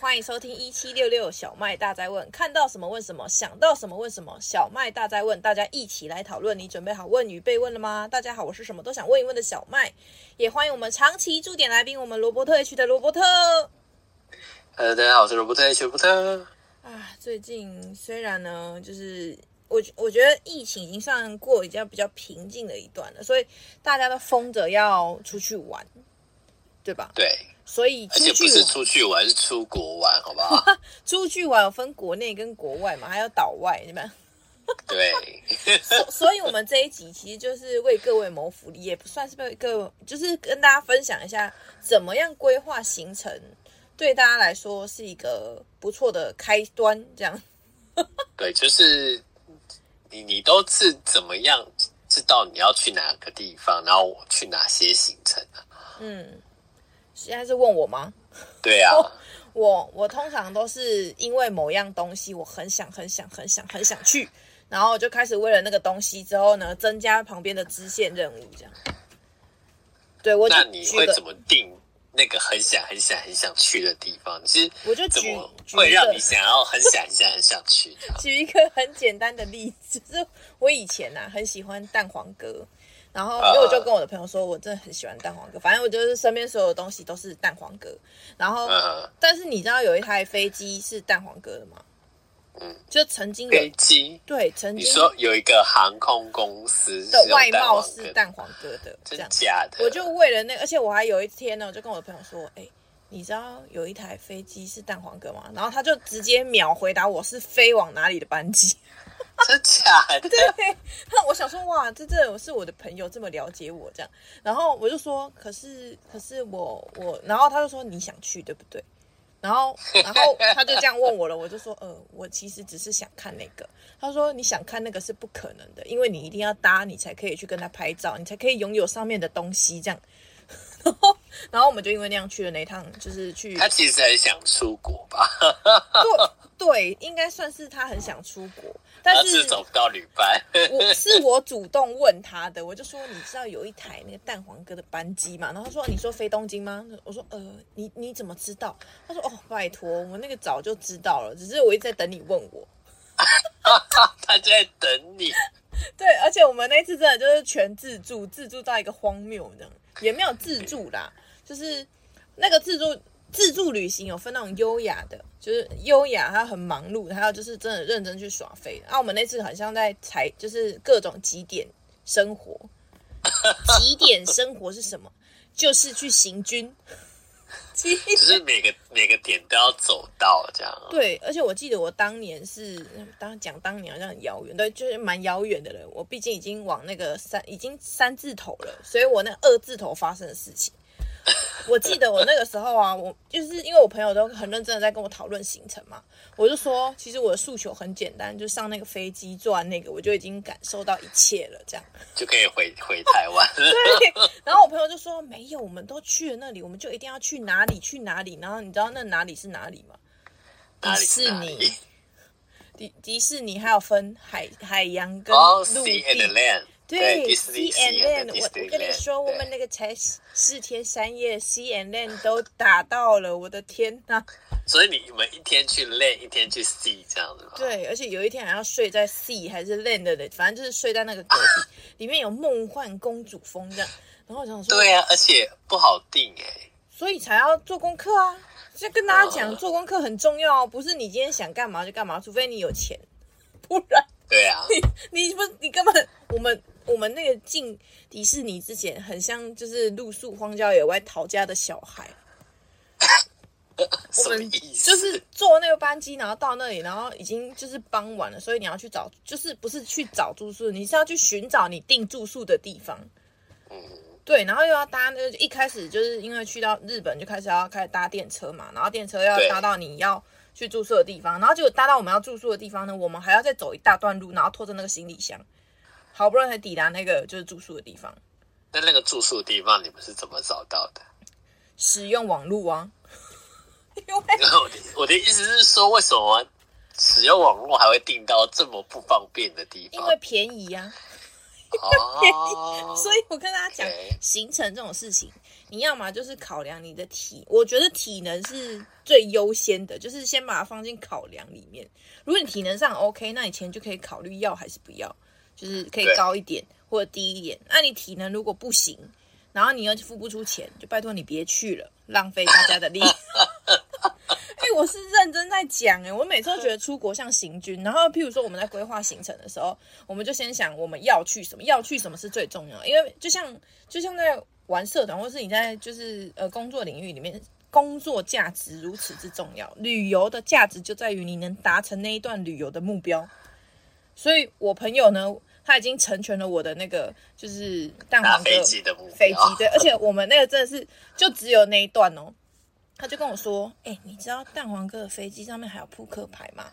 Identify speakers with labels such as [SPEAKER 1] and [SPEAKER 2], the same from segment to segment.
[SPEAKER 1] 欢迎收听一七六六小麦大灾问，看到什么问什么，想到什么问什么。小麦大灾问，大家一起来讨论。你准备好问与被问了吗？大家好，我是什么都想问一问的小麦，也欢迎我们长期驻点来宾，我们罗伯特 H 的罗伯特。
[SPEAKER 2] 呃，大家好，我是罗伯特 H 伯特。
[SPEAKER 1] 啊，最近虽然呢，就是我觉我觉得疫情已经算过已经比较平静的一段了，所以大家都疯着要出去玩，对吧？
[SPEAKER 2] 对，
[SPEAKER 1] 所以
[SPEAKER 2] 而
[SPEAKER 1] 出
[SPEAKER 2] 且不
[SPEAKER 1] 去
[SPEAKER 2] 是
[SPEAKER 1] 玩
[SPEAKER 2] 出去玩，是出国玩，好不好？
[SPEAKER 1] 出去玩有分国内跟国外嘛，还有岛外，对吧？
[SPEAKER 2] 对，
[SPEAKER 1] 所所以，我们这一集其实就是为各位谋福利，也不算是为各位，就是跟大家分享一下怎么样规划行程，对大家来说是一个不错的开端。这样，
[SPEAKER 2] 对，就是你你都是怎么样知道你要去哪个地方，然后去哪些行程啊？
[SPEAKER 1] 嗯，现在是问我吗？
[SPEAKER 2] 对啊，
[SPEAKER 1] 哦我我通常都是因为某样东西，我很想很想很想很想去，然后就开始为了那个东西之后呢，增加旁边的支线任务，这样。对，我就
[SPEAKER 2] 那你
[SPEAKER 1] 举
[SPEAKER 2] 会
[SPEAKER 1] 个
[SPEAKER 2] 怎么定那个很想很想很想去的地方？你是
[SPEAKER 1] 我就
[SPEAKER 2] 怎
[SPEAKER 1] 举
[SPEAKER 2] 么
[SPEAKER 1] 举
[SPEAKER 2] 会
[SPEAKER 1] 一
[SPEAKER 2] 让
[SPEAKER 1] 个
[SPEAKER 2] 你想要很想很想很想去的？
[SPEAKER 1] 举一个很简单的例子，就是我以前呐、很喜欢蛋黄哥，然后因为
[SPEAKER 2] 啊
[SPEAKER 1] 我就跟我的朋友说，我真的很喜欢蛋黄哥，反正我就是身边所有东西都是蛋黄哥。然后，
[SPEAKER 2] 嗯，
[SPEAKER 1] 但是你知道有一台飞机是蛋黄哥的吗？
[SPEAKER 2] 嗯，
[SPEAKER 1] 就曾经有
[SPEAKER 2] 飞机。
[SPEAKER 1] 对曾
[SPEAKER 2] 你
[SPEAKER 1] 经
[SPEAKER 2] 说有一个航空公司是
[SPEAKER 1] 的
[SPEAKER 2] 用
[SPEAKER 1] 外
[SPEAKER 2] 蛋
[SPEAKER 1] 貌
[SPEAKER 2] 黄
[SPEAKER 1] 是
[SPEAKER 2] 的
[SPEAKER 1] 蛋黄哥的，这
[SPEAKER 2] 真
[SPEAKER 1] 样。
[SPEAKER 2] 假的？
[SPEAKER 1] 我就为了那而且我还有一天呢，我就跟我的朋友说，哎、你知道有一台飞机是蛋黄哥吗？然后他就直接秒回答我是飞往哪里的班机。
[SPEAKER 2] 真假的？
[SPEAKER 1] 对，我想说哇，这这是我的朋友这么了解我这样，然后我就说，可是可是我我，然后他就说你想去对不对？然后然后他就这样问我了，我就说呃，我其实只是想看那个。他说你想看那个是不可能的，因为你一定要搭，你才可以去跟他拍照，你才可以拥有上面的东西这样。 然后然后我们就因为那样去了那一趟，就是去
[SPEAKER 2] 他其实很想出国吧，
[SPEAKER 1] 对对，应该算是他很想出国，但
[SPEAKER 2] 他
[SPEAKER 1] 是
[SPEAKER 2] 是找不到旅伴。
[SPEAKER 1] 我 是我主动问他的，我就说你知道有一台那个蛋黄哥的班机嘛？然后他说你说飞东京吗？我说呃，你你怎么知道？他说哦，拜托，我们那个早就知道了，只是我一直在等你问我。
[SPEAKER 2] 他就在等你。
[SPEAKER 1] 对，而且我们那次真的就是全自助，自助到一个荒谬这样，也没有自助啦，就是那个自助自助旅行有分那种优雅的，就是优雅，还有很忙碌的，还有就是真的认真去耍飞的。啊，我们那次好像在采，就是各种极点生活，极点生活是什么？就是去行军。 极
[SPEAKER 2] 就是每个每个点都要走到这样。
[SPEAKER 1] 对，而且我记得我当年是，当讲当年好像很遥远，对，就是蛮遥远的了。我毕竟已经往那个三，已经三字头了，所以我那二字头发生的事情，我记得我那个时候啊，我就是因为我朋友都很认真的在跟我讨论行程嘛，我就说，其实我的诉求很简单，就上那个飞机，坐完那个，我就已经感受到一切了，这样。
[SPEAKER 2] 就可以回回台湾。
[SPEAKER 1] 对，然后我朋友就说没有，我们都去了那里，我们就一定要去哪里去哪里。然后你知道那哪里是哪里吗？哦迪
[SPEAKER 2] 哪里
[SPEAKER 1] 士
[SPEAKER 2] 是哪
[SPEAKER 1] 尼
[SPEAKER 2] 里。
[SPEAKER 1] 迪迪士尼还有分海海洋跟
[SPEAKER 2] 哦
[SPEAKER 1] 陆
[SPEAKER 2] ，Sea
[SPEAKER 1] 地
[SPEAKER 2] and Land，
[SPEAKER 1] 对
[SPEAKER 2] 迪士尼
[SPEAKER 1] Sea
[SPEAKER 2] Sea
[SPEAKER 1] and
[SPEAKER 2] and
[SPEAKER 1] Land，我
[SPEAKER 2] Land，
[SPEAKER 1] 我跟你
[SPEAKER 2] Disneyland，
[SPEAKER 1] 说，我们
[SPEAKER 2] 对
[SPEAKER 1] 那个才四天三夜，Sea and Land 都打到了，我的天呐！
[SPEAKER 2] 所以你们一天去 Land，一天去 Sea 这样子吗？
[SPEAKER 1] 对，而且有一天还要睡在 C 还是 Land 的，反正就是睡在那个隔壁，里面有梦幻公主风这样。然后我想说，
[SPEAKER 2] 对啊，而且不好定哎。
[SPEAKER 1] 所以才要做功课啊。就跟大家讲，
[SPEAKER 2] 哦
[SPEAKER 1] 做功课很重要哦，不是你今天想干嘛就干嘛，除非你有钱，不然
[SPEAKER 2] 对啊，
[SPEAKER 1] 你不你根本我们我们那个进迪士尼之前，很像就是露宿荒郊野外逃家的小孩。我
[SPEAKER 2] 什么
[SPEAKER 1] 们
[SPEAKER 2] 意思？
[SPEAKER 1] 就是坐那个班机，然后到那里，然后已经就是傍晚了，所以你要去找，就是不是去找住宿，你是要去寻找你订住宿的地方。对，然后又要搭那个，一开始就是因为去到日本就开始要开始搭电车嘛，然后电车要
[SPEAKER 2] 对
[SPEAKER 1] 搭到你要去住宿的地方，然后结果搭到我们要住宿的地方呢，我们还要再走一大段路，然后拖着那个行李箱，好不容易才抵达那个就是住宿的地方，
[SPEAKER 2] 那那个住宿的地方，你们是怎么找到的？
[SPEAKER 1] 使用网络啊， 因为
[SPEAKER 2] 我的我的意思是说，为什么使用网络还会订到这么不方便的地方？
[SPEAKER 1] 因为便宜啊。
[SPEAKER 2] 哦，
[SPEAKER 1] 所以我跟大家讲
[SPEAKER 2] OK
[SPEAKER 1] 行程这种事情，你要么就是考量你的体，我觉得体能是最优先的，就是先把它放进考量里面。如果你体能上 OK，那你钱就可以考虑要还是不要，就是可以
[SPEAKER 2] 对
[SPEAKER 1] 高一点或者低一点。那你体能如果不行，然后你又付不出钱，就拜托你别去了，浪费大家的 力。 哎、我是认真在讲哎、我每次都觉得出国像行军，然后譬如说我们在规划行程的时候，我们就先想我们要去什么，要去什么是最重要的，因为就像就像在玩社团，或是你在就是呃工作领域里面，工作价值如此之重要，旅游的价值就在于你能达成那一段旅游的目标。所以我朋友呢，他已经成全了我的那个就是蛋
[SPEAKER 2] 搭
[SPEAKER 1] 黄哥
[SPEAKER 2] 飞机的目标，
[SPEAKER 1] 飞机，对，而且我们那个真的是就只有那一段哦。他就跟我说：“哎、你知道蛋黄哥的飞机上面还有扑克牌吗？”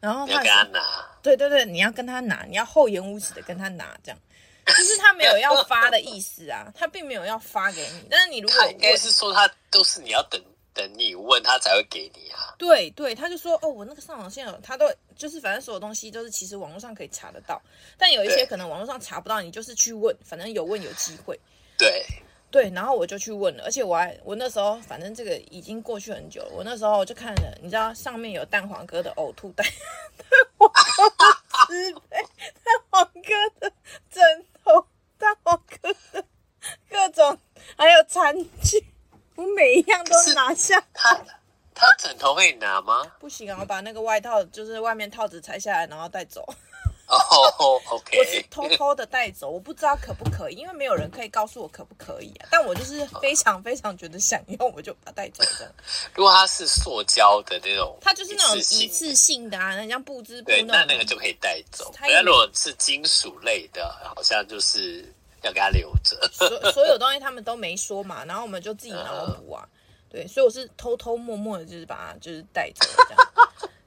[SPEAKER 1] 然后
[SPEAKER 2] 你要
[SPEAKER 1] 他
[SPEAKER 2] 跟他拿，
[SPEAKER 1] 对对对，你要跟他拿，你要厚颜无耻的跟他拿，这样，就是他没有要发的意思啊， 他并没有要发给你，但是你如果
[SPEAKER 2] 他应该
[SPEAKER 1] 问
[SPEAKER 2] 是说他都是你要等等你问他才会给你啊。
[SPEAKER 1] 对对，他就说哦，我那个上网线有，他都就是反正所有东西都是其实网络上可以查得到，但有一些
[SPEAKER 2] 对
[SPEAKER 1] 可能网络上查不到，你就是去问，反正有问有机会。
[SPEAKER 2] 对，
[SPEAKER 1] 对，然后我就去问了，而且我还我那时候反正这个已经过去很久了，我那时候就看了，你知道上面有蛋黄哥的呕吐袋， 蛋黄哥的纸杯，蛋黄哥的枕头，蛋黄哥的各种还有餐具，我每一样都拿下。
[SPEAKER 2] 他他枕头可以拿吗？
[SPEAKER 1] 不行啊，我把那个外套就是外面套子拆下来，然后带走。
[SPEAKER 2] 哦
[SPEAKER 1] 我是
[SPEAKER 2] ，OK，
[SPEAKER 1] 偷偷的带走，我不知道可不可以，因为没有人可以告诉我可不可以啊。但我就是非常非常觉得想要，我就把它带走这样。
[SPEAKER 2] 如果它是塑胶的那种，
[SPEAKER 1] 它就是那种一
[SPEAKER 2] 性的
[SPEAKER 1] 次性的啊，人家布织布
[SPEAKER 2] 对，那那
[SPEAKER 1] 种
[SPEAKER 2] 个就可以带走。
[SPEAKER 1] 它也
[SPEAKER 2] 那如果是金属类的，好像就是要给它留着。
[SPEAKER 1] 所所有东西他们都没说嘛，然后我们就自己脑补 啊。对，所以我是偷偷摸摸的，就是把它就是带走这样。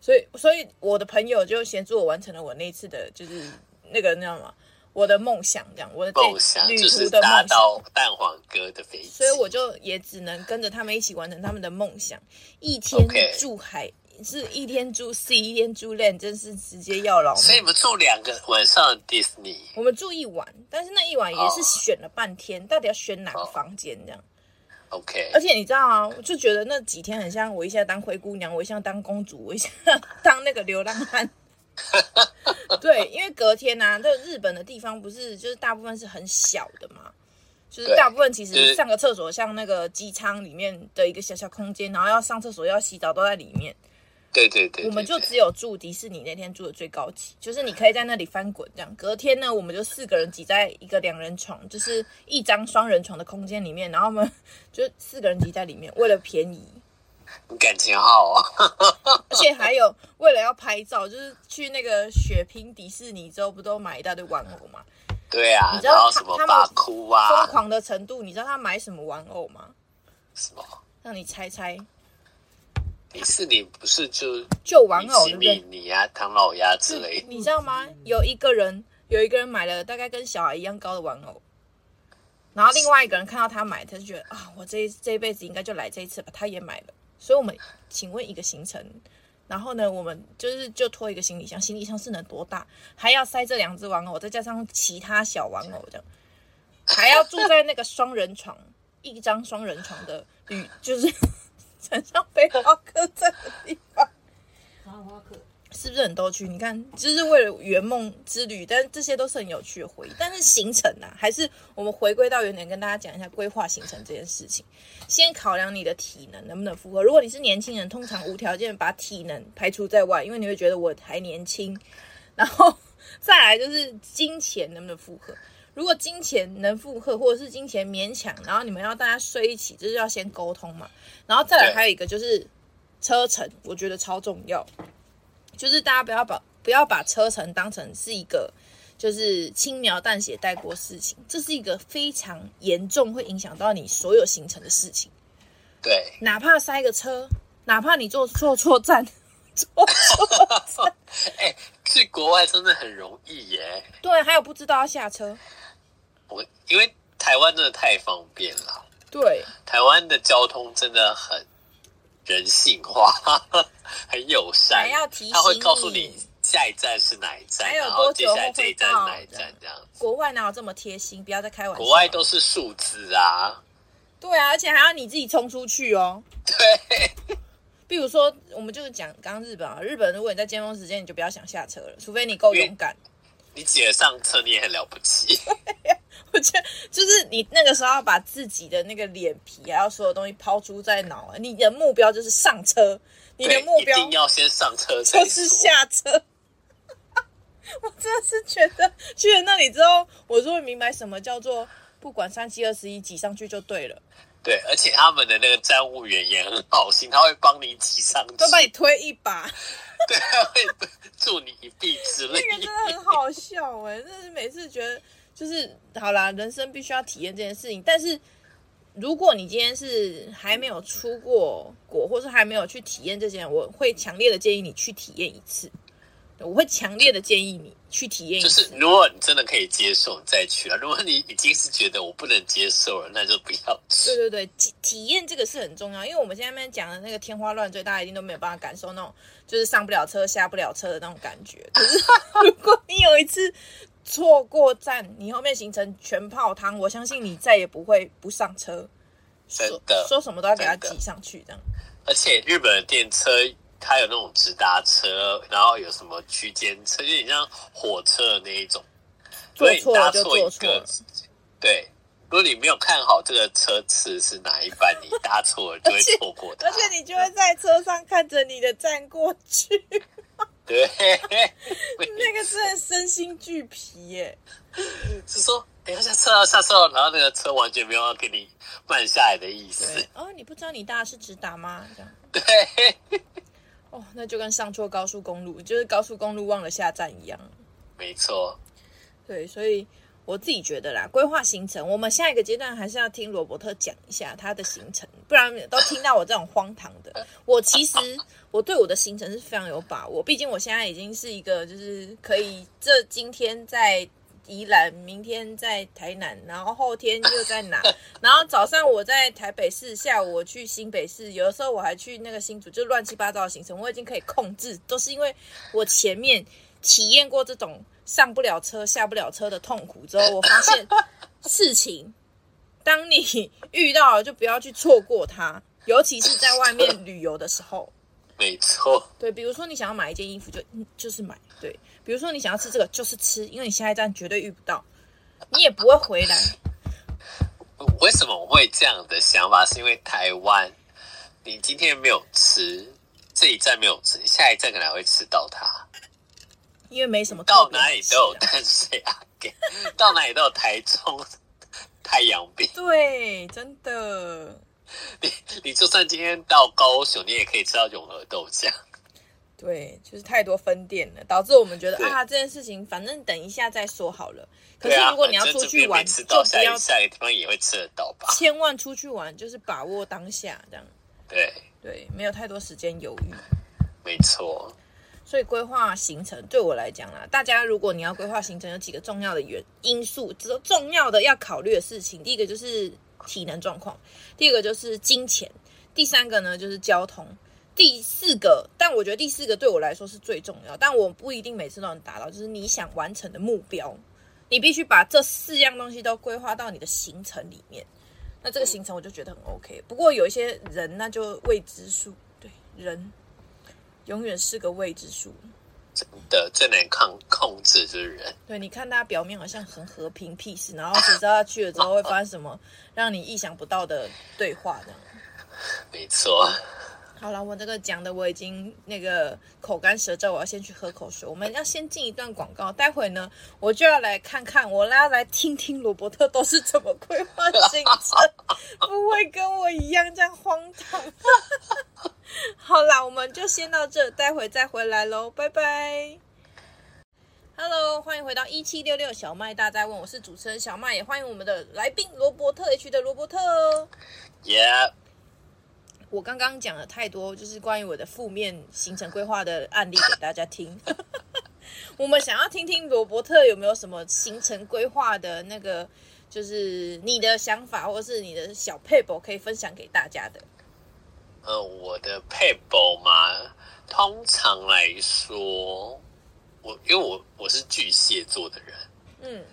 [SPEAKER 1] 所以，所以我的朋友就协助我完成了我那一次的，就是那个那叫什么，我的梦想这样，我的这
[SPEAKER 2] 梦想
[SPEAKER 1] 旅
[SPEAKER 2] 就是
[SPEAKER 1] 途的
[SPEAKER 2] 搭
[SPEAKER 1] 梦想。
[SPEAKER 2] 到蛋黄哥的飞机，
[SPEAKER 1] 所以我就也只能跟着他们一起完成他们的梦想，一天
[SPEAKER 2] OK
[SPEAKER 1] 住海。是一天住 C，一天住 land，真是直接要老
[SPEAKER 2] 所以
[SPEAKER 1] 命
[SPEAKER 2] 你。们住两个晚上的迪士尼，
[SPEAKER 1] 我们住一晚，但是那一晚也是
[SPEAKER 2] 哦
[SPEAKER 1] 选了半天，到底要选哪个
[SPEAKER 2] 哦
[SPEAKER 1] 房间这样？
[SPEAKER 2] OK，
[SPEAKER 1] 而且你知道啊，我就觉得那几天很像我一下当灰姑娘，我一下当公主，我一下当那个流浪 汉。对，因为隔天呢、啊，这日本的地方不是就是大部分是很小的嘛，就是
[SPEAKER 2] 对
[SPEAKER 1] 大部分其
[SPEAKER 2] 就
[SPEAKER 1] 实
[SPEAKER 2] 是
[SPEAKER 1] 上个厕所像那个机舱里面的一个小小空间，然后要上厕所要洗澡都在里面。
[SPEAKER 2] 对对对，
[SPEAKER 1] 我们就
[SPEAKER 2] 对
[SPEAKER 1] 只有住迪士尼那天住的最高级，就是你可以在那里翻滚这样。隔天呢，我们就四个人挤在一个两人床，就是一张双人床的空间里面，然后我们 就四个人挤在里面，为了便宜，
[SPEAKER 2] 你感情好啊、
[SPEAKER 1] 而且还有为了要拍照，就是去那个血拼迪士尼之后，不都买一大堆玩偶嘛？
[SPEAKER 2] 对啊
[SPEAKER 1] 你，知道
[SPEAKER 2] 然后
[SPEAKER 1] 他
[SPEAKER 2] 什么
[SPEAKER 1] 他们
[SPEAKER 2] 巴哭
[SPEAKER 1] 疯
[SPEAKER 2] 啊，
[SPEAKER 1] 狂的程度，你知道他买什么玩偶吗？
[SPEAKER 2] 什么
[SPEAKER 1] 让你猜猜，
[SPEAKER 2] 迪士尼不是就
[SPEAKER 1] 就玩
[SPEAKER 2] 米
[SPEAKER 1] 偶
[SPEAKER 2] 奇
[SPEAKER 1] 对不对
[SPEAKER 2] 米？妮啊、唐老鸭之类的，
[SPEAKER 1] 你知道吗？有一个人，有一个人买了大概跟小孩一样高的玩偶，然后另外一个人看到他买，他就觉得啊，我这一这一辈子应该就来这一次吧，他也买了。所以我们请问一个行程，然后呢，我们就是就拖一个行李箱，行李箱是能多大？还要塞这两只玩偶，再加上其他小玩偶这样，还要住在那个双人床，一张双人床的旅，就是 很像背包客栈的地方。
[SPEAKER 3] 长花客，
[SPEAKER 1] 是不是很逗趣？你看，就是为了圆梦之旅，但这些都是很有趣的回忆。但是行程啊，还是我们回归到原点，跟大家讲一下规划行程这件事情。先考量你的体能能不能负荷。如果你是年轻人，通常无条件把体能排除在外，因为你会觉得我还年轻。然后 再来就是金钱能不能负荷。如果金钱能负荷，或者是金钱勉强，然后你们要大家睡一起，这就是要先沟通嘛。然后再来
[SPEAKER 2] 对
[SPEAKER 1] 还有一个就是车程，我觉得超重要。就是大家不要把不要把车程当成是一个就是轻描淡写带过事情，这是一个非常严重会影响到你所有行程的事情。
[SPEAKER 2] 对，
[SPEAKER 1] 哪怕塞个车，哪怕你坐坐错站， 坐
[SPEAKER 2] 哎、去国外真的很容易耶，
[SPEAKER 1] 对，还有不知道要下车，
[SPEAKER 2] 我因为台湾真的太方便了，
[SPEAKER 1] 对，
[SPEAKER 2] 台湾的交通真的很人性化，很友善，
[SPEAKER 1] 还要提醒你
[SPEAKER 2] 他会告诉你下一站是哪一站，
[SPEAKER 1] 还有
[SPEAKER 2] 然后
[SPEAKER 1] 多
[SPEAKER 2] 接
[SPEAKER 1] 久
[SPEAKER 2] 下来
[SPEAKER 1] 后
[SPEAKER 2] 这一
[SPEAKER 1] 会
[SPEAKER 2] 站是
[SPEAKER 1] 到
[SPEAKER 2] 哪一站这样。
[SPEAKER 1] 国外哪有这么贴心？不要再开玩笑。
[SPEAKER 2] 国外都是数字啊，
[SPEAKER 1] 对啊，而且还要你自己冲出去哦。
[SPEAKER 2] 对，
[SPEAKER 1] 比如说，我们就是讲刚刚日本啊，日本如果你在尖峰时间，你就不要想下车了，除非你够勇敢。
[SPEAKER 2] 你挤得上车你也很了不起。
[SPEAKER 1] 我
[SPEAKER 2] 嗯
[SPEAKER 1] 觉得 就是你那个时候要把自己的那个脸皮啊还有所有东西抛诸在脑，啊你的目标就是上车，你的
[SPEAKER 2] 对，
[SPEAKER 1] 目
[SPEAKER 2] 一
[SPEAKER 1] 标
[SPEAKER 2] 定要先上车再
[SPEAKER 1] 就
[SPEAKER 2] 说。
[SPEAKER 1] 是下车。 我真的是觉得去了那里之后，我就会明白什么叫做不管三七二十一挤上去就对了，
[SPEAKER 2] 对，而且他们的那个站务员也很好心，他会帮你挤上去，
[SPEAKER 1] 都把你推一把。
[SPEAKER 2] 对，他会助你一臂之力。
[SPEAKER 1] 那个真的很好笑哎、真的是每次觉得就是好啦，人生必须要体验这件事情。但是如果你今天是还没有出过国，或是还没有去体验这件，我会强烈的建议你去体验一次。我会强烈的建议你去体验一
[SPEAKER 2] 就
[SPEAKER 1] 次。
[SPEAKER 2] 是如果你真的可以接受，你再去了；啊如果你已经是觉得我不能接受了，那就不要
[SPEAKER 1] 对
[SPEAKER 2] 去。
[SPEAKER 1] 对对，体体验这个是很重要，因为我们现在那边讲的那个天花乱坠，大家一定都没有办法感受那种就是上不了车、下不了车的那种感觉。可 是如果你有一次错过站，你后面行程全泡汤，我相信你再也不会不上车，
[SPEAKER 2] 真
[SPEAKER 1] 说
[SPEAKER 2] 的
[SPEAKER 1] 说什么都要给他
[SPEAKER 2] 真的
[SPEAKER 1] 挤上去这样。
[SPEAKER 2] 而且日本的电车它有那种直达车，然后有什么区间车，有点像火车的那一种。
[SPEAKER 1] 做
[SPEAKER 2] 所以你
[SPEAKER 1] 错了
[SPEAKER 2] 搭
[SPEAKER 1] 就
[SPEAKER 2] 错
[SPEAKER 1] 做
[SPEAKER 2] 一
[SPEAKER 1] 错
[SPEAKER 2] 个
[SPEAKER 1] 了，，
[SPEAKER 2] 对。如果你没有看好这个车次是哪一班，你搭错了就会
[SPEAKER 1] 而且
[SPEAKER 2] 错过它
[SPEAKER 1] 而。且你就会在车上看着你的站过去，
[SPEAKER 2] 对，
[SPEAKER 1] 那个真的身心俱疲耶、
[SPEAKER 2] 是说等一下下车了，下车了，然后那个车完全没有要给你慢下来的意思
[SPEAKER 1] 对。哦，你不知道你搭的是直达吗？这样。
[SPEAKER 2] 对，
[SPEAKER 1] 哦，那就跟上错高速公路，就是高速公路忘了下站一样。
[SPEAKER 2] 没错。
[SPEAKER 1] 对，所以我自己觉得啦，规划行程，我们下一个阶段还是要听罗伯特讲一下他的行程，不然都听到我这种荒唐的。我其实我对我的行程是非常有把握，毕竟我现在已经是一个就是可以这今天在。宜兰，明天在台南，然后后天又在哪？然后早上我在台北市，下午我去新北市，有的时候我还去那个新竹，就乱七八糟的行程，我已经可以控制，都是因为我前面体验过这种上不了车、下不了车的痛苦之后，我发现事情，当你遇到了，就不要去错过它，尤其是在外面旅游的时候。
[SPEAKER 2] 没错，
[SPEAKER 1] 对，比如说你想要买一件衣服就，嗯就是买；对，比如说你想要吃这个，就是吃，因为你下一站绝对遇不到，你也不会回来。
[SPEAKER 2] 为什么我会这样的想法？是因为台湾，你今天没有吃，这一站没有吃，下一站可能还会吃到它。
[SPEAKER 1] 因为没什么特
[SPEAKER 2] 到
[SPEAKER 1] 别
[SPEAKER 2] 哪
[SPEAKER 1] 好
[SPEAKER 2] 里
[SPEAKER 1] 吃
[SPEAKER 2] 都有
[SPEAKER 1] 的啊
[SPEAKER 2] 淡水阿 给，到哪里都有台中太阳饼。
[SPEAKER 1] 对，真的，
[SPEAKER 2] 你你就算今天到高雄，你也可以吃到永和豆浆。
[SPEAKER 1] 对，就是太多分店了，导致我们觉得
[SPEAKER 2] 对
[SPEAKER 1] 啊，这件事情反正等一下再说好了。可
[SPEAKER 2] 对
[SPEAKER 1] 是
[SPEAKER 2] 啊，
[SPEAKER 1] 如果你要
[SPEAKER 2] 反正
[SPEAKER 1] 出
[SPEAKER 2] 这
[SPEAKER 1] 去
[SPEAKER 2] 边没
[SPEAKER 1] 玩，
[SPEAKER 2] 吃
[SPEAKER 1] 就
[SPEAKER 2] 到
[SPEAKER 1] 不
[SPEAKER 2] 下
[SPEAKER 1] 要
[SPEAKER 2] 一下一个地方也会吃得到吧？
[SPEAKER 1] 千万出去玩就是把握当下，这样
[SPEAKER 2] 对，
[SPEAKER 1] 对，没有太多时间犹豫。
[SPEAKER 2] 没错，
[SPEAKER 1] 所以规划行程对我来讲啦，大家如果你要规划行程，有几个重要的原因素，只有重要的要考虑的事情。第一个就是体能状况，第二个就是金钱，第三个呢就是交通，第四个，但我觉得第四个对我来说是最重要，但我不一定每次都能达到，就是你想完成的目标，你必须把这四样东西都规划到你的行程里面。那这个行程我就觉得很 OK，不过有一些人那就未知数，对人永远是个未知数。
[SPEAKER 2] 真的最难控控制就是人。
[SPEAKER 1] 对，你看他表面好像很和平 peace，然后谁知道他去了之后会发生什么让你意想不到的对话这样。
[SPEAKER 2] 没错，
[SPEAKER 1] 好了，我这个讲的我已经那个口干舌燥，我要先去喝口水。我们要先进一段广告，待会呢我就要来看看，我要来听听罗伯特都是怎么规划行程，不会跟我一样这样荒唐。好啦，我们就先到这，待会再回来喽，拜拜。Hello，欢迎回到一七六六小麦大家问，我是主持人小麦，也欢迎我们的来宾罗伯特 H 的罗伯特哦。
[SPEAKER 2] 耶、
[SPEAKER 1] 我刚刚讲了太多，就是关于我的负面行程规划的案例给大家听。 我们想要听听罗伯特有没有什么行程规划的那个，就是你的想法或是你的小 paper 可以分享给大家的。
[SPEAKER 2] 呃，我的配 a 嘛，通常来说，我因为我我是巨蟹座的人，
[SPEAKER 1] 嗯，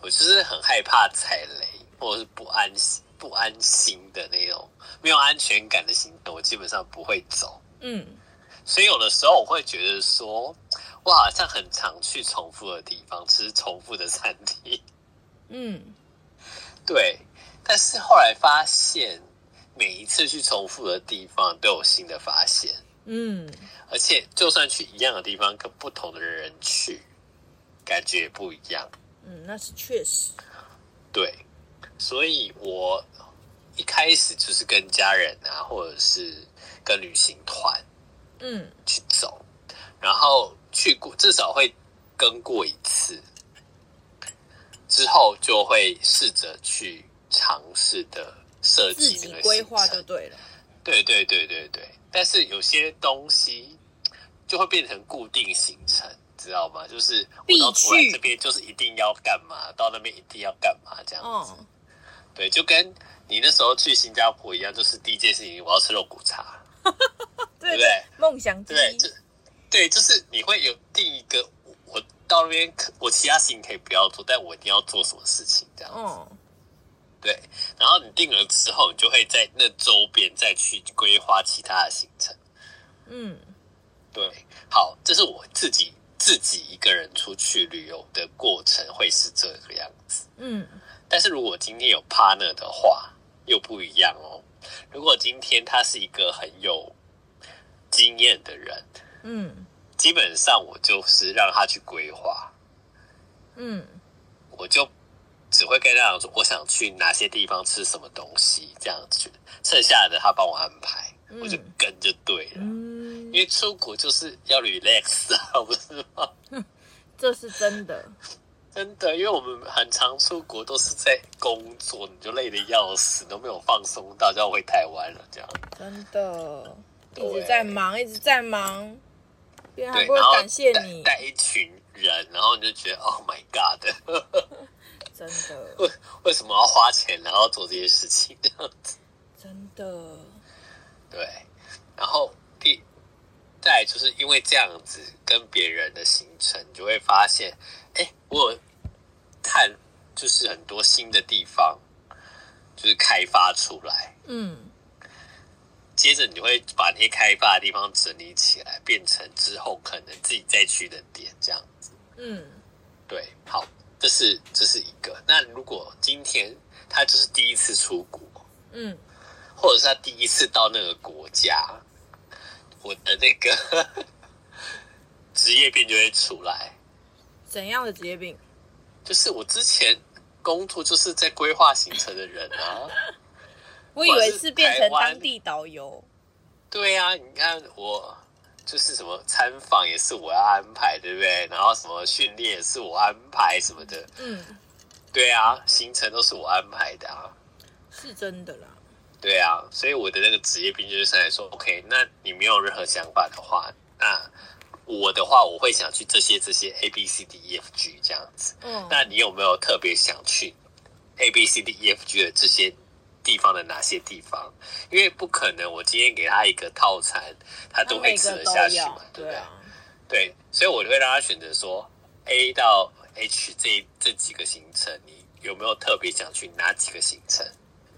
[SPEAKER 2] 我就是很害怕踩雷，或者是不安心不安心的那种没有安全感的行动，我基本上不会走。
[SPEAKER 1] 嗯，
[SPEAKER 2] 所以有的时候我会觉得说，我好像很常去重复的地方吃重复的餐厅，
[SPEAKER 1] 嗯，
[SPEAKER 2] 对。但是后来发现，每一次去重复的地方都有新的发现，
[SPEAKER 1] 嗯，
[SPEAKER 2] 而且就算去一样的地方，跟不同的人去，感觉也不一样。
[SPEAKER 1] 嗯，那是确实，
[SPEAKER 2] 对，所以我一开始就是跟家人啊，或者是跟旅行团
[SPEAKER 1] 嗯
[SPEAKER 2] 去走，然后去过至少会跟过一次，之后就会试着去尝试的设
[SPEAKER 1] 自
[SPEAKER 2] 计那
[SPEAKER 1] 己
[SPEAKER 2] 个
[SPEAKER 1] 规
[SPEAKER 2] 行
[SPEAKER 1] 划就
[SPEAKER 2] 程
[SPEAKER 1] 对了，
[SPEAKER 2] 对对对对对，但是有些东西就会变成固定行程，知道吗？就是我到
[SPEAKER 1] 必去
[SPEAKER 2] 突然这边就是一定要干嘛，到那边一定要干嘛这样子。
[SPEAKER 1] 哦，
[SPEAKER 2] 对，就跟你那时候去新加坡一样，就是第一件事情我要吃肉骨茶，
[SPEAKER 1] 对
[SPEAKER 2] 对不对，
[SPEAKER 1] 梦想之
[SPEAKER 2] 对不对？
[SPEAKER 1] 一，
[SPEAKER 2] 就对，就是你会有定一个，我到那边可我其他事情可以不要做，但我一定要做什么事情这样子。
[SPEAKER 1] 哦，
[SPEAKER 2] 对，然后你定了之后，你就会在那周边再去规划其他的行程。
[SPEAKER 1] 嗯
[SPEAKER 2] 对，好，这是我自己自己一个人出去旅游的过程会是这个样子。
[SPEAKER 1] 嗯
[SPEAKER 2] 但是如果今天有 partner 的话，又不一样哦。如果今天他是一个很有经验的人，
[SPEAKER 1] 嗯
[SPEAKER 2] 基本上我就是让他去规划，
[SPEAKER 1] 嗯
[SPEAKER 2] 我就只会跟他讲说我想去哪些地方吃什么东西，这样子，剩下的他帮我安排，我就
[SPEAKER 1] 嗯
[SPEAKER 2] 跟就对了。
[SPEAKER 1] 嗯，
[SPEAKER 2] 因为出国就是要 relax 啊， 不是吗？
[SPEAKER 1] 这是真的，
[SPEAKER 2] 真的，因为我们很常出国都是在工作，你就累得要死，都没有放松到，就要回台湾了这样。
[SPEAKER 1] 真的，
[SPEAKER 2] 对
[SPEAKER 1] 一直在忙，一直在忙，别人还
[SPEAKER 2] 对，
[SPEAKER 1] 啊不会
[SPEAKER 2] 然后
[SPEAKER 1] 感谢
[SPEAKER 2] 带
[SPEAKER 1] 你，
[SPEAKER 2] 带一群人，然后你就觉得 Oh my God，
[SPEAKER 1] 真的，
[SPEAKER 2] 为为什么要花钱然后做这些事情这样子？
[SPEAKER 1] 真的，
[SPEAKER 2] 对，然后第再来就是因为这样子跟别人的行程，你就会发现，哎，我有看就是很多新的地方，就是开发出来。
[SPEAKER 1] 嗯
[SPEAKER 2] 接着你会把那些开发的地方整理起来，变成之后可能自己再去的点，这样子。
[SPEAKER 1] 嗯
[SPEAKER 2] 对，好，这是这是一个。那如果今天他就是第一次出国，
[SPEAKER 1] 嗯，
[SPEAKER 2] 或者是他第一次到那个国家，我的那个 职业病就会出来。
[SPEAKER 1] 怎样的职业病？
[SPEAKER 2] 就是我之前工作就是在规划行程的人啊。
[SPEAKER 1] 我以为
[SPEAKER 2] 或者
[SPEAKER 1] 是
[SPEAKER 2] 是
[SPEAKER 1] 变成
[SPEAKER 2] 台湾
[SPEAKER 1] 当地导游，
[SPEAKER 2] 对呀、你看我就是什么参访也是我要安排，对不对？然后什么训练也是我安排什么的，
[SPEAKER 1] 嗯，
[SPEAKER 2] 对啊，行程都是我安排的啊，
[SPEAKER 1] 是真的啦，
[SPEAKER 2] 对啊，所以我的那个职业病就是上来说，OK，那你没有任何想法的话，那我的话我会想去这些这些 A B C D E F G 这样子，
[SPEAKER 1] 嗯，
[SPEAKER 2] 那你有没有特别想去 A B C D E F G 的这些地方的哪些地方？因为不可能，我今天给他一个套餐，他
[SPEAKER 1] 他
[SPEAKER 2] 都会
[SPEAKER 1] 每
[SPEAKER 2] 吃
[SPEAKER 1] 个
[SPEAKER 2] 得
[SPEAKER 1] 都
[SPEAKER 2] 下去
[SPEAKER 1] 要
[SPEAKER 2] 嘛，，对
[SPEAKER 1] 对
[SPEAKER 2] 不对？
[SPEAKER 1] 啊，
[SPEAKER 2] 对，所以我就会让他选择说 A 到 H 这这几个行程，你有没有特别想去哪几个行程？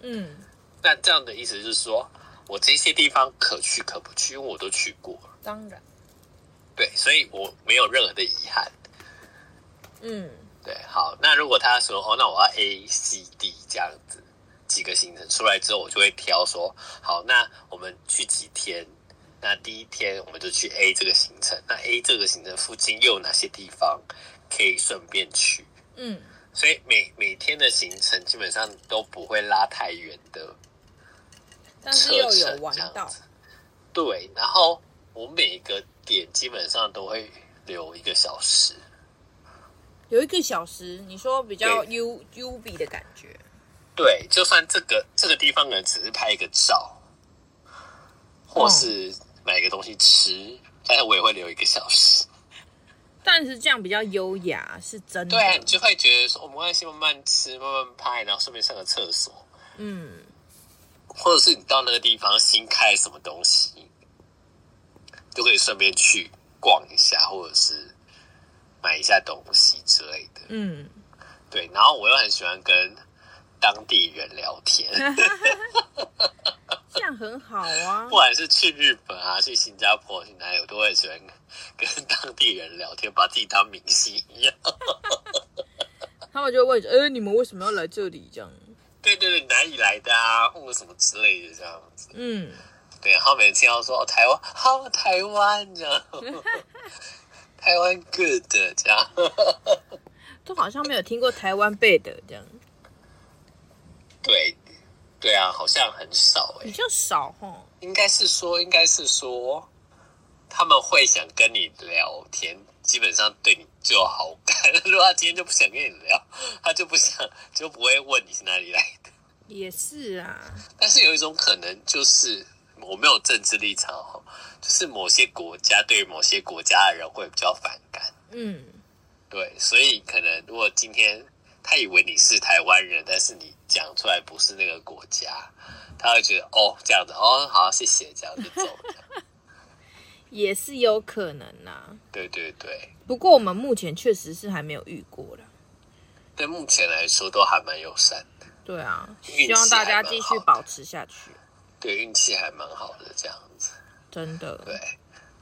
[SPEAKER 1] 嗯，
[SPEAKER 2] 那这样的意思就是说，我这些地方可去可不去，因为我都去过了，
[SPEAKER 1] 当然，
[SPEAKER 2] 对，所以我没有任何的遗憾。
[SPEAKER 1] 嗯
[SPEAKER 2] 对，好，那如果他说哦，那我要 A、C、D 这样子几个行程出来之后，我就会挑说，好，那我们去几天？那第一天我们就去 A 这个行程，那 A 这个行程附近又有哪些地方可以顺便去？
[SPEAKER 1] 嗯，
[SPEAKER 2] 所以每每天的行程基本上都不会拉太远的
[SPEAKER 1] 但是
[SPEAKER 2] 车
[SPEAKER 1] 又
[SPEAKER 2] 程，
[SPEAKER 1] 有玩
[SPEAKER 2] 这样
[SPEAKER 1] 到
[SPEAKER 2] 子，。对，然后我每个点基本上都会留一个小时。
[SPEAKER 1] 有一个小时，你说比较
[SPEAKER 2] 对
[SPEAKER 1] U U B 的感觉，
[SPEAKER 2] 对，就算这个这个地方可能只是拍一个照，或是买个东西吃，但是我也会留一个小时。
[SPEAKER 1] 但是这样比较优雅，是真的，
[SPEAKER 2] 对啊，你就会觉得说，我没关系，慢慢吃，慢慢拍，然后顺便上个厕所，
[SPEAKER 1] 嗯
[SPEAKER 2] 或者是你到那个地方新开什么东西，就可以顺便去逛一下，或者是买一下东西之类的。
[SPEAKER 1] 嗯，
[SPEAKER 2] 对，然后我又很喜欢跟当地人聊天，
[SPEAKER 1] 这样很好啊
[SPEAKER 2] 不。管是去日本啊、去新加坡、去哪里，我都会很喜欢跟当地人聊天，把自己当明星一样。
[SPEAKER 1] 他们就会问，哎、你们为什么要来这里？这样，
[SPEAKER 2] 对对对，哪里来的啊，或者什么之类的这样子。
[SPEAKER 1] 嗯，
[SPEAKER 2] 对，然后每次听到说、哦、台湾，好、台湾这样， 台湾 good 这样，
[SPEAKER 1] 都好像没有听过台湾背的这样，
[SPEAKER 2] 对对啊，好像很少哎、
[SPEAKER 1] 比较少哈。
[SPEAKER 2] 应该是说，应该是说，他们会想跟你聊天，基本上对你就有好感。 如果他今天就不想跟你聊，他就不想，就不会问你是哪里来的。
[SPEAKER 1] 也是啊，
[SPEAKER 2] 但是有一种可能就是，我没有政治立场哦，就是某些国家对于某些国家的人会比较反感。
[SPEAKER 1] 嗯，
[SPEAKER 2] 对，所以可能如果今天他以为你是台湾人，但是你讲出来不是那个国家，他会觉得哦这样子哦好谢谢这样就走了。
[SPEAKER 1] 也是有可能呐、
[SPEAKER 2] 对对对，
[SPEAKER 1] 不过我们目前确实是还没有遇过啦。
[SPEAKER 2] 对目前来说都还蛮友善的，
[SPEAKER 1] 对啊，
[SPEAKER 2] 运气
[SPEAKER 1] 希望大家继续保持下去，
[SPEAKER 2] 对运气还蛮好的这样子。
[SPEAKER 1] 真的。
[SPEAKER 2] 对，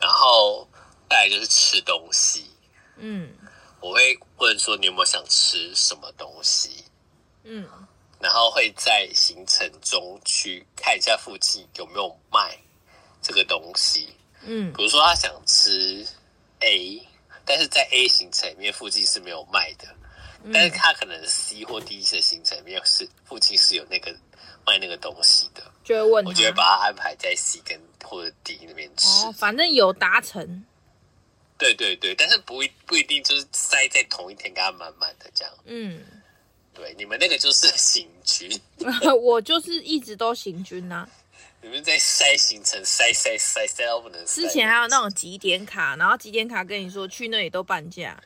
[SPEAKER 2] 然后再来就是吃东西，
[SPEAKER 1] 嗯
[SPEAKER 2] 我会问说你有没有想吃什么东西，
[SPEAKER 1] 嗯，
[SPEAKER 2] 然后会在行程中去看一下附近有没有卖这个东西。
[SPEAKER 1] 嗯
[SPEAKER 2] 比如说他想吃 A，但是在 A 行程里面附近是没有卖的，但是他可能 C 或 D 的行程里面是附近是有那个卖那个东西的，
[SPEAKER 1] 就会问他，
[SPEAKER 2] 我就会把它安排在 C 跟或者 D 那边吃。
[SPEAKER 1] 嗯哦，反正有达成，
[SPEAKER 2] 对对对，但是不一不一定就是塞在同一天给他满满的这样。
[SPEAKER 1] 嗯，
[SPEAKER 2] 对，你们那个就是 行军，
[SPEAKER 1] 我就是一直都行军呐、啊
[SPEAKER 2] 你们在塞行程，塞塞塞塞到不能塞。
[SPEAKER 1] 之前还有那种几点卡，然后几点卡跟你说去那里都半价，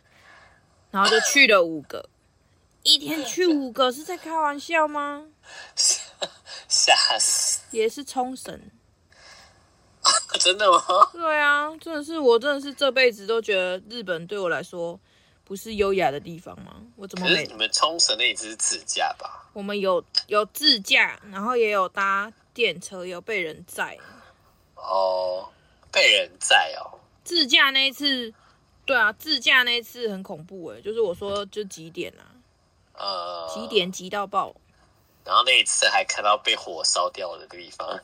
[SPEAKER 1] 然后就去了五个，一天去五个是在开玩笑吗？
[SPEAKER 2] 吓死，
[SPEAKER 1] 也是冲绳，
[SPEAKER 2] 真的吗？
[SPEAKER 1] 对啊，真的是我真的是这辈子都觉得日本对我来说不是优雅的地方吗？我怎么
[SPEAKER 2] 可是
[SPEAKER 1] 每
[SPEAKER 2] 你们冲绳那里只是自驾吧？
[SPEAKER 1] 我们有有自驾，然后也有搭电车，有被人载。
[SPEAKER 2] 哦，被人在哦，
[SPEAKER 1] 自驾那一次，对啊，自驾那一次很恐怖诶、就是我说就几点啊，
[SPEAKER 2] 呃，
[SPEAKER 1] 几？点急到爆。
[SPEAKER 2] 然后那一次还看到被火烧掉的地方，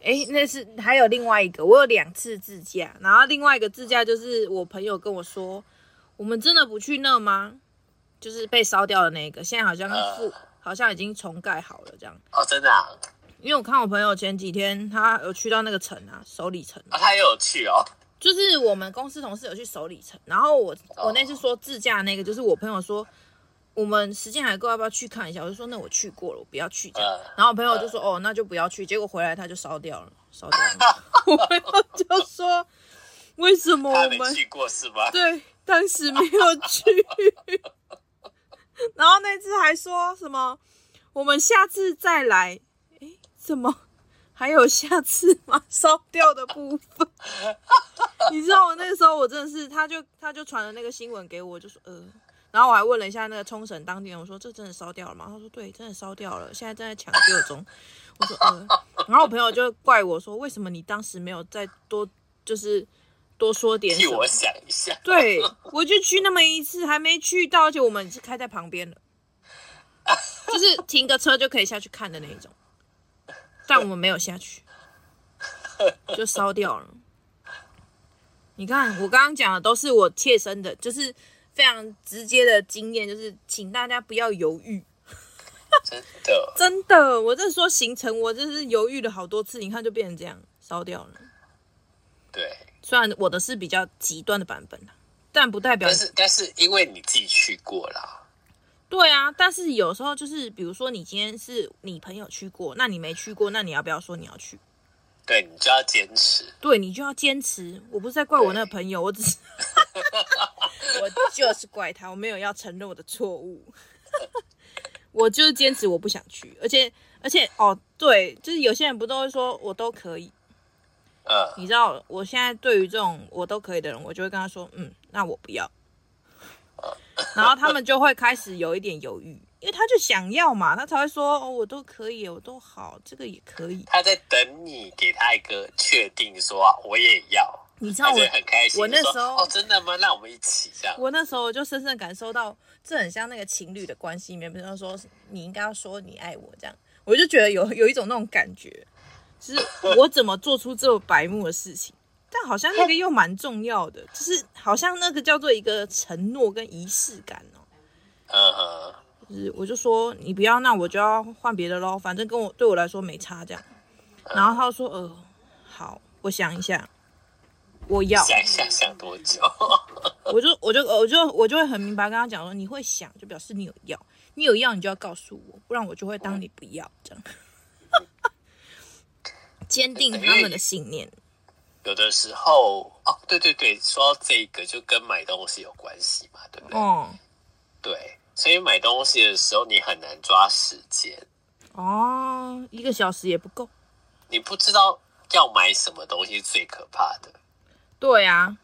[SPEAKER 1] 诶，那是还有另外一个，我有两次自驾，然后另外一个自驾就是我朋友跟我说，我们真的不去那吗？就是被烧掉的那个，现在好像复、
[SPEAKER 2] 呃
[SPEAKER 1] 好像已经重盖好了这样。
[SPEAKER 2] 哦，真的啊，
[SPEAKER 1] 因为我看我朋友前几天他有去到那个城啊，首里城，
[SPEAKER 2] 啊他也有去哦，
[SPEAKER 1] 就是我们公司同事有去首里城，然后我
[SPEAKER 2] 哦
[SPEAKER 1] 我那次说自驾那个，就是我朋友说我们时间还够，要不要去看一下？我就说那我去过了，我不要去这样。
[SPEAKER 2] 呃，
[SPEAKER 1] 然后我朋友就说：“哦，那就不要去。”结果回来他就烧掉了，烧掉了。我朋友就说：“为什么
[SPEAKER 2] 他
[SPEAKER 1] 我
[SPEAKER 2] 没
[SPEAKER 1] 们
[SPEAKER 2] 去过是吗？
[SPEAKER 1] 对当时没有去？” 然后那次还说什么“我们下次再来”？诶，怎么还有下次吗？烧掉的部分，你知道我那时候我真的是，他就他就传了那个新闻给我，就说呃。然后我还问了一下那个冲绳当地人，我说这真的烧掉了吗？他说对，真的烧掉了，现在正在抢救中。我说呃，然后我朋友就怪我说，为什么你当时没有再多就是多说点
[SPEAKER 2] 替
[SPEAKER 1] 什么
[SPEAKER 2] 我？想一下，
[SPEAKER 1] 对，我就去那么一次，还没去到，而且我们是开在旁边的，就是停个车就可以下去看的那一种，但我们没有下去，就烧掉了。你看，我刚刚讲的都是我切身的，就是非常直接的经验，就是请大家不要犹豫。
[SPEAKER 2] 真的，
[SPEAKER 1] 真的，我这说行程，我真是犹豫了好多次，你看就变成这样，烧掉了。
[SPEAKER 2] 对，
[SPEAKER 1] 虽然我的是比较极端的版本啦但不代表
[SPEAKER 2] 但是但是因为你自己去过啦，
[SPEAKER 1] 对啊，但是有时候就是，比如说你今天是你朋友去过，那你没去过，那你要不要说你要去？
[SPEAKER 2] 对你就要坚持，
[SPEAKER 1] 对你就要坚持。我不是在怪我那个朋友，我只是，我就是怪他，我没有要承认我的错误。 我就是坚持我不想去，而且而且哦，对，就是有些人不都会说我都可以，
[SPEAKER 2] 嗯，
[SPEAKER 1] 你知道，我现在对于这种我都可以的人，我就会跟他说，嗯，那我不要，然后他们就会开始有一点犹豫，因为他就想要嘛，他才会说哦，我都可以，我都好，这个也可以。
[SPEAKER 2] 他在等你给他一个确定说啊我也要，
[SPEAKER 1] 你知道
[SPEAKER 2] 他
[SPEAKER 1] 我
[SPEAKER 2] 就会很开心。
[SPEAKER 1] 我那
[SPEAKER 2] 就说
[SPEAKER 1] 时候
[SPEAKER 2] 哦，真的吗？那我们一起这样。
[SPEAKER 1] 我那时候我就深深感受到，这很像那个情侣的关系里面，比如说你应该要说你爱我这样，我就觉得有有一种那种感觉，就是我怎么做出这么白目的事情，但好像那个又蛮重要的，就是好像那个叫做一个承诺跟仪式感哦。
[SPEAKER 2] 嗯哼，
[SPEAKER 1] 就是我就说你不要，那我就要换别的喽，反正跟我对我来说没差这样。然后他就说呃好，我想一下，我要。
[SPEAKER 2] 想一想想多久？
[SPEAKER 1] 我就我就我就我就会很明白跟他讲说，你会想就表示你有要，你有要你就要告诉我，不然我就会当你不要这样。坚定他们的信念，
[SPEAKER 2] 有的时候哦，对对对，说到这个就跟买东西有关系嘛，对不对？
[SPEAKER 1] 哦
[SPEAKER 2] 对，所以买东西的时候你很难抓时间，
[SPEAKER 1] 哦，一个小时也不够。
[SPEAKER 2] 你不知道要买什么东西是最可怕的。
[SPEAKER 1] 对啊，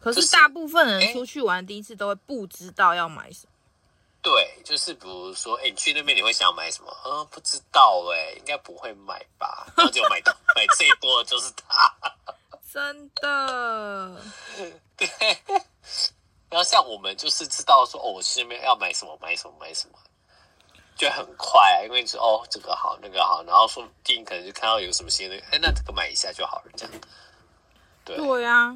[SPEAKER 1] 可
[SPEAKER 2] 就是是
[SPEAKER 1] 大部分人
[SPEAKER 2] 哎
[SPEAKER 1] 出去玩第一次都会不知道要买什么。
[SPEAKER 2] 对，就是比如说，哎、你去那边你会想买什么？嗯，不知道哎、应该不会买吧。然后就买到买最多的就是它。
[SPEAKER 1] 真的，
[SPEAKER 2] 然后像我们就是知道说，哦，我去那边要买什么，买什么，买什么，就很快、啊，因为是哦这个好那个好，然后说不定可能就看到有什么新的，哎，那这个买一下就好了，这样。对，
[SPEAKER 1] 对啊，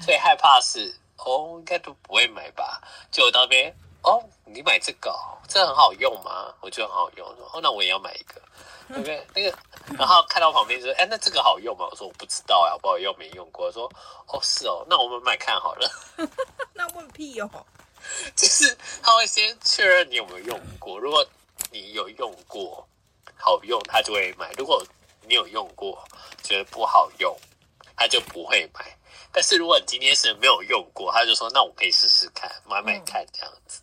[SPEAKER 2] 最害怕是哦，应该都不会买吧？就到那边哦，你买这个、哦，这很好用吗？我觉得很好用，哦，那我也要买一个。那个那个，然后看到旁边就说，哎，那这个好用吗？我说我不知道呀、啊我不好用，没用过。说哦是哦，那我们买看好了。
[SPEAKER 1] 那问屁哦。
[SPEAKER 2] 就是他会先确认你有没有用过，如果你有用过，好用，他就会买；如果你有用过，觉得不好用，他就不会买。但是如果你今天是没有用过，他就说：“那我可以试试看，买买看这样子。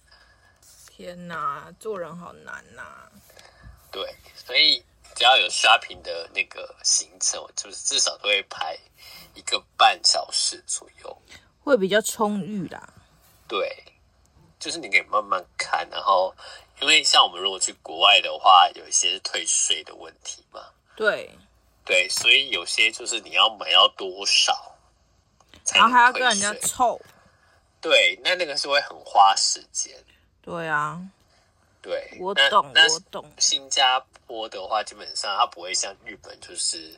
[SPEAKER 1] 天哪，做人好难呐、”
[SPEAKER 2] 对，所以只要有 shopping 的那个行程，我就是至少都会排一个半小时左右。
[SPEAKER 1] 会比较充裕啦。
[SPEAKER 2] 对，就是你可以慢慢看，然后因为像我们如果去国外的话，有一些是退税的问题嘛，
[SPEAKER 1] 对，
[SPEAKER 2] 对，所以有些就是你要买到多少，才
[SPEAKER 1] 然后
[SPEAKER 2] 能
[SPEAKER 1] 还要跟
[SPEAKER 2] 退
[SPEAKER 1] 人家
[SPEAKER 2] 税
[SPEAKER 1] 凑。
[SPEAKER 2] 对，那那个是会很花时间，
[SPEAKER 1] 对啊，
[SPEAKER 2] 对，
[SPEAKER 1] 我
[SPEAKER 2] 那
[SPEAKER 1] 懂，
[SPEAKER 2] 那
[SPEAKER 1] 我懂。
[SPEAKER 2] 新加坡的话，基本上它不会像日本，就是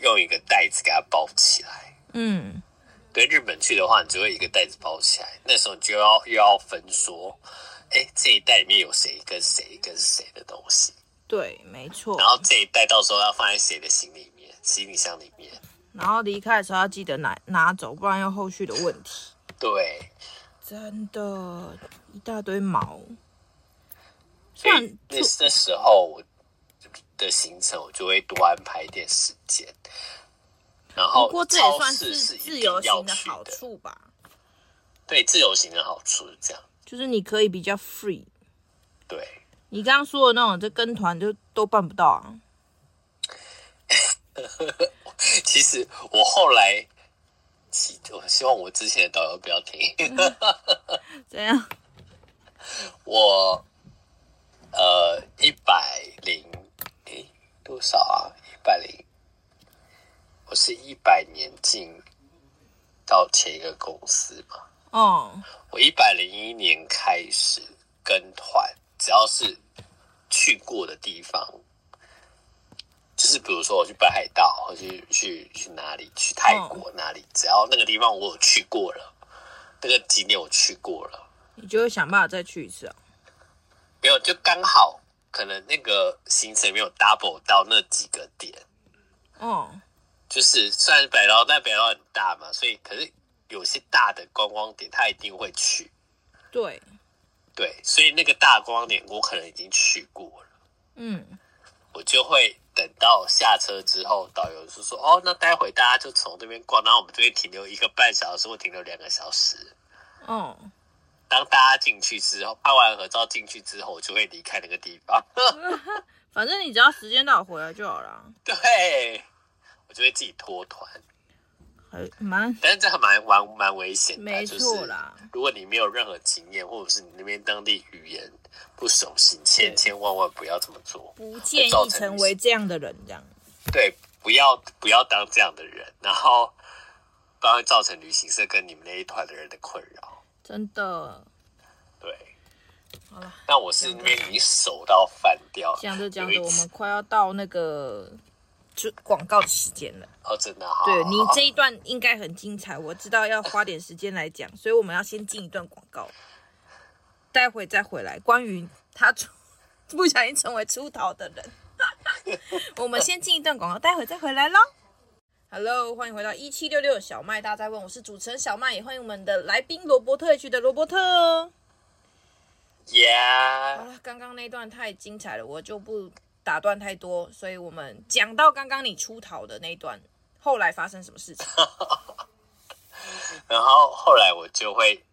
[SPEAKER 2] 用一个袋子给它包起来。
[SPEAKER 1] 嗯，
[SPEAKER 2] 对日本去的话，你就会一个袋子包起来，那时候你就要又要分说，哎，这一袋里面有谁跟谁跟谁的东西，
[SPEAKER 1] 对，没错
[SPEAKER 2] 然。后这一袋到时候要放在谁的行李里面，行李箱里面。
[SPEAKER 1] 然后离开的时候要记得拿拿走，不然有后续的问题。
[SPEAKER 2] 对，
[SPEAKER 1] 真的，一大堆毛。虽
[SPEAKER 2] 所
[SPEAKER 1] 然
[SPEAKER 2] 以那那时候我的行程我就会多安排一点时间，然后
[SPEAKER 1] 不过这也
[SPEAKER 2] 超
[SPEAKER 1] 算
[SPEAKER 2] 市是一
[SPEAKER 1] 自
[SPEAKER 2] 定
[SPEAKER 1] 由
[SPEAKER 2] 要
[SPEAKER 1] 行的
[SPEAKER 2] 去
[SPEAKER 1] 好
[SPEAKER 2] 的，
[SPEAKER 1] 处吧，
[SPEAKER 2] 对自由行的好处是这样，
[SPEAKER 1] 就是你可以比较 free。
[SPEAKER 2] 对。
[SPEAKER 1] 你刚刚说的那种，这跟团就都办不到啊。
[SPEAKER 2] 其实我后来，其我希望我之前的导游不要听。
[SPEAKER 1] 怎样？
[SPEAKER 2] 我呃一百零诶多少啊？一百零，我是一百年进到前一个公司嘛。
[SPEAKER 1] 哦，
[SPEAKER 2] 我一百零一年开始跟团，只要是去过的地方，就是比如说我去北海道，或去去去哪里，去泰国哪里，只要那个地方我有去过了，那个景点我去过了。
[SPEAKER 1] 你就会想办法再去一次啊。
[SPEAKER 2] 没有，就刚好可能那个行程没有 double 到那几个点，
[SPEAKER 1] 哦，
[SPEAKER 2] 就是虽然北劳，但北劳很大嘛，所以可是有些大的观光点他一定会去，
[SPEAKER 1] 对，
[SPEAKER 2] 对，所以哦那个大观光点我可能已经去过了，
[SPEAKER 1] 嗯，
[SPEAKER 2] 我就会等到下车之后，导游就说哦，那待会大家就从这边逛，然后我们这边停留一个半小时或停留两个小时。
[SPEAKER 1] 哦。
[SPEAKER 2] 当大家进去之后，拍完合照进去之后，我就会离开那个地方。
[SPEAKER 1] 反正啊你只要时间到回来就好啦。
[SPEAKER 2] 对，我就会自己脱团。
[SPEAKER 1] 很蛮
[SPEAKER 2] 但是这还蛮蛮蛮危险的，啊
[SPEAKER 1] 没错啦。
[SPEAKER 2] 就是、如果你没有任何经验，或者是你那边当地语言不熟悉，千千万万不要这么做。
[SPEAKER 1] 不建议成为这样的人，这样
[SPEAKER 2] 对，不要不要当这样的人，然后不然会造成旅行社跟你们那一团的人的困扰。
[SPEAKER 1] 真的
[SPEAKER 2] 对，
[SPEAKER 4] 好了，
[SPEAKER 2] 那我是那边已经熟到翻掉了。
[SPEAKER 1] 讲着讲
[SPEAKER 2] 有
[SPEAKER 1] 着，
[SPEAKER 2] 一
[SPEAKER 1] 我
[SPEAKER 2] 次
[SPEAKER 1] 们快要到那个，
[SPEAKER 4] 就广告的时间了。
[SPEAKER 2] 哦，真的好，
[SPEAKER 1] 对你
[SPEAKER 2] 好好
[SPEAKER 1] 这一段应该很精彩，我知道要花点时间来讲，所以我们要先进一段广告，待会再回来。关于他出不小心成为出逃的人， 我们先进一段广告，待会再回来喽。Hello，欢迎回到一七六六小麦大家问，我是主持人小麦，也欢迎我们的来宾罗伯特 H 的罗伯特。好
[SPEAKER 2] ，Yeah，
[SPEAKER 1] 了，刚刚那段太精彩了，我就不打断太多，所以我们讲到刚刚你出逃的那一段，后来发生什么事 情？
[SPEAKER 2] 然后后来我就会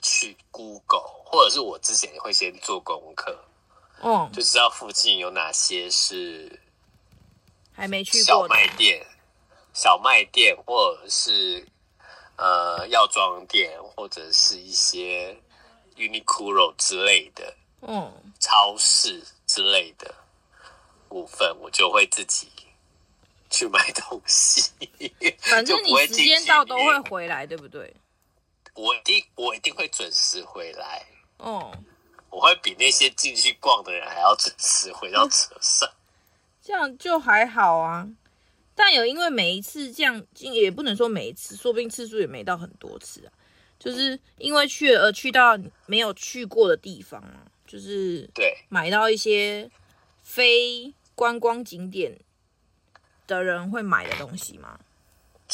[SPEAKER 2] 去 Google，或者是我之前会先做功课，
[SPEAKER 1] 嗯，
[SPEAKER 2] 就知道附近有哪些是
[SPEAKER 1] 还没去
[SPEAKER 2] 小
[SPEAKER 1] 过的，
[SPEAKER 2] 卖店、小卖店，或者是呃药妆店，或者是一些 Uniqlo 之类的
[SPEAKER 1] 嗯，
[SPEAKER 2] 超市之类的部分，我就会自己去买东西。
[SPEAKER 1] 反正
[SPEAKER 2] 就
[SPEAKER 1] 你
[SPEAKER 2] 不会
[SPEAKER 1] 时
[SPEAKER 2] 进
[SPEAKER 1] 间
[SPEAKER 2] 去
[SPEAKER 1] 到都
[SPEAKER 2] 里
[SPEAKER 1] 会
[SPEAKER 2] 面
[SPEAKER 1] 回来，对不对？
[SPEAKER 2] 我一定我一定会准时回来，
[SPEAKER 1] 嗯，
[SPEAKER 2] 我会比那些进去逛的人还要准时回到车上。
[SPEAKER 1] 这样就还好啊。但有因为每一次这样，也不能说每一次，说不定次数也没到很多次啊。就是因为去了而去到没有去过的地方啊，就是
[SPEAKER 2] 对，
[SPEAKER 1] 买到一些非观光景点的人会买的东西吗？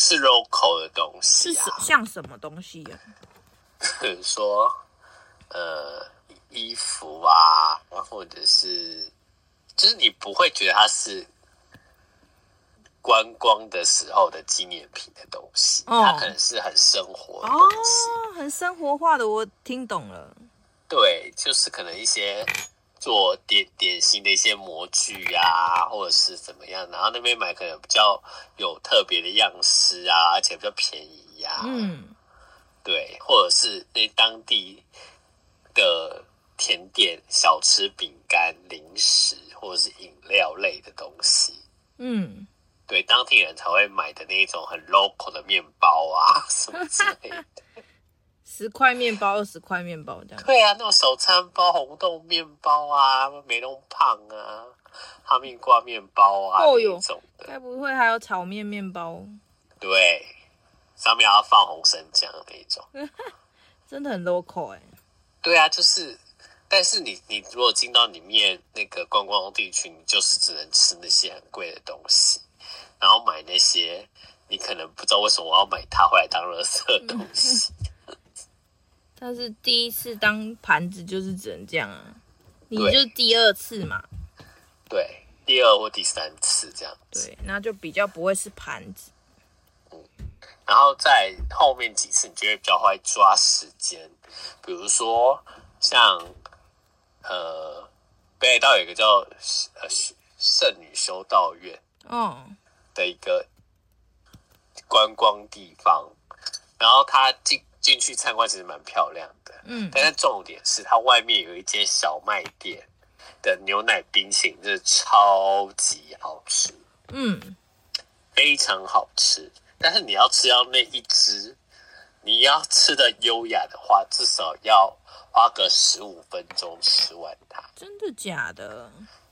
[SPEAKER 2] 是 local 的东
[SPEAKER 1] 是
[SPEAKER 2] 西啊
[SPEAKER 1] 什。像什么东西啊呀、
[SPEAKER 2] 比如说呃衣服啊，或者是就是你不会觉得它是观光的时候的纪念品的东西，
[SPEAKER 1] 哦
[SPEAKER 2] 它可能是很生活的
[SPEAKER 1] 哦
[SPEAKER 2] 东西。，
[SPEAKER 1] 很生活化的，我听懂了。
[SPEAKER 2] 对，就是可能一些做点点心的一些模具啊，或者是怎么样，然后那边买可能比较有特别的样式啊，而且比较便宜呀、
[SPEAKER 1] 嗯，
[SPEAKER 2] 对，或者是那当地的甜点、小吃、饼干、零食，或者是饮料类的东西，
[SPEAKER 1] 嗯，
[SPEAKER 2] 对当地人才会买的那一种很 local 的面包啊 什么之类的。
[SPEAKER 1] 十块面包，二十块面包这样。
[SPEAKER 2] 对啊，那种手餐包、红豆面包啊、梅隆胖啊、哈密瓜面包啊、
[SPEAKER 1] 哦
[SPEAKER 2] 那
[SPEAKER 1] 哟
[SPEAKER 2] 一种的，
[SPEAKER 1] 该不会还有炒面面包？
[SPEAKER 2] 对，上面还要放红参酱的那一种。
[SPEAKER 1] 真的很 local 哎、
[SPEAKER 2] 对啊，就是，但是你你如果进到里面那个观光地区，你就是只能吃那些很贵的东西，然后买那些你可能不知道为什么我要买它回来当垃圾的东西。
[SPEAKER 1] 但是第一次当盘子就是只能这样啊，你
[SPEAKER 2] 对
[SPEAKER 1] 就是第二次嘛，
[SPEAKER 2] 对，第二或第三次这样子，
[SPEAKER 1] 对，那就比较不会是盘子。
[SPEAKER 2] 然后在后面几次你就会比较会抓时间，比如说像呃北海道有一个叫呃圣女修道院。
[SPEAKER 1] 哦，
[SPEAKER 2] 的一个观光地方，然后它进进去参观其实蛮漂亮的，
[SPEAKER 1] 嗯
[SPEAKER 2] 但是重点是它外面有一间小卖店的牛奶冰淇淋，真的超级好吃，
[SPEAKER 1] 嗯，
[SPEAKER 2] 非常好吃。但是你要吃到那一只，你要吃的优雅的话，至少要花个十五分钟吃完它。
[SPEAKER 1] 真的假的？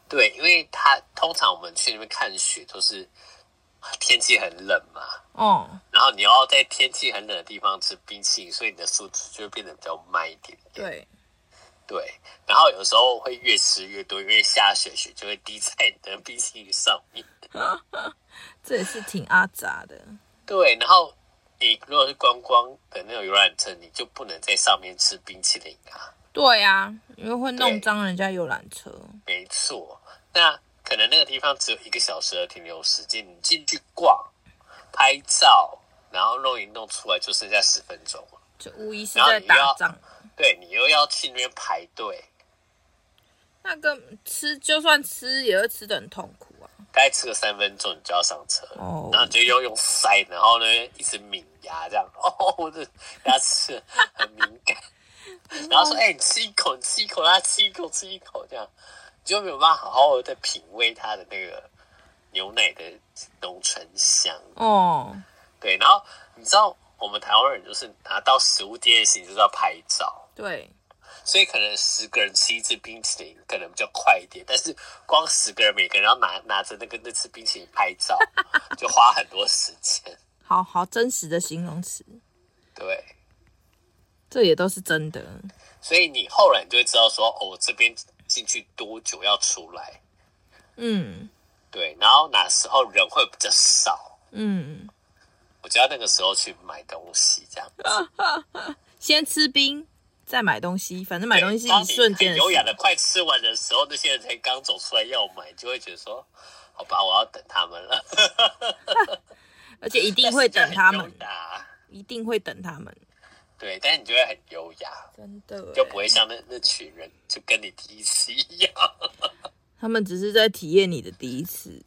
[SPEAKER 2] 对，因为它通常我们去那边看雪都是天气很冷嘛，
[SPEAKER 1] 哦，
[SPEAKER 2] 然后你要在天气很冷的地方吃冰淇淋，所以你的速度就会变得比较慢一点点。
[SPEAKER 1] 对，
[SPEAKER 2] 对然后有时候会越吃越多，因为下雪雪就会滴在你的冰淇淋啊上面。
[SPEAKER 1] 这也是挺阿杂的。
[SPEAKER 2] 对，然后你如果是观光的那种游览车，你就不能在上面吃冰淇淋啊。
[SPEAKER 1] 对啊，因为会弄
[SPEAKER 2] 对
[SPEAKER 1] 脏人家游览车。
[SPEAKER 2] 没错，那可能那个地方只有一个小时的停留时间，你进去逛、拍照，然后弄一弄出来就剩下十分钟了。
[SPEAKER 1] 这无疑是
[SPEAKER 2] 然后
[SPEAKER 1] 在
[SPEAKER 2] 你
[SPEAKER 1] 打
[SPEAKER 2] 要
[SPEAKER 1] 仗。
[SPEAKER 2] 对你又要去那边排队。
[SPEAKER 1] 那个吃就算吃也会吃的很痛苦啊。
[SPEAKER 2] 大概吃个三分钟，你就要上车，
[SPEAKER 1] 哦
[SPEAKER 2] 然后你就要用塞，然后呢一直抿牙这样， 哦，我的牙齿很敏感。然后说：“哎、你吃一口，你吃一口，让他吃一口，吃一口，这样你就没有办法好好的品味它的那个牛奶的浓醇香。
[SPEAKER 1] 哦，
[SPEAKER 2] 对，然后你知道我们台湾人就是拿到食物第一件事情就是要拍照，
[SPEAKER 1] 对，
[SPEAKER 2] 所以可能十个人吃一支冰淇淋可能比较快一点，但是光十个人每个人要拿 拿着那个那支冰淇淋拍照， 就花很多时间。
[SPEAKER 1] 好好真实的形容词，
[SPEAKER 2] 对，
[SPEAKER 1] 这也都是真的。
[SPEAKER 2] 所以你后来你就会知道说，哦，我这边进去多久要出来，
[SPEAKER 1] 嗯
[SPEAKER 2] 对，然后哪时候人会比较少，
[SPEAKER 1] 嗯，
[SPEAKER 2] 我就要那个时候去买东西这样。
[SPEAKER 1] 先吃冰，再买东西，反正买东
[SPEAKER 2] 哎
[SPEAKER 1] 西是一瞬间
[SPEAKER 2] 对当
[SPEAKER 1] 的
[SPEAKER 2] 你很优雅
[SPEAKER 1] 事。
[SPEAKER 2] 的快吃完的时候，那些人才刚走出来要买，就会觉得说，好吧，我要等他们了，
[SPEAKER 1] 而且一定会等他
[SPEAKER 2] 但是
[SPEAKER 1] 们
[SPEAKER 2] 就很优，雅
[SPEAKER 1] 一定会等他们，
[SPEAKER 2] 对，但是你就会很优雅，
[SPEAKER 1] 真的欸
[SPEAKER 2] 就不会像那那群人就跟你第一次一样。
[SPEAKER 1] 他们只是在体验你的第一次，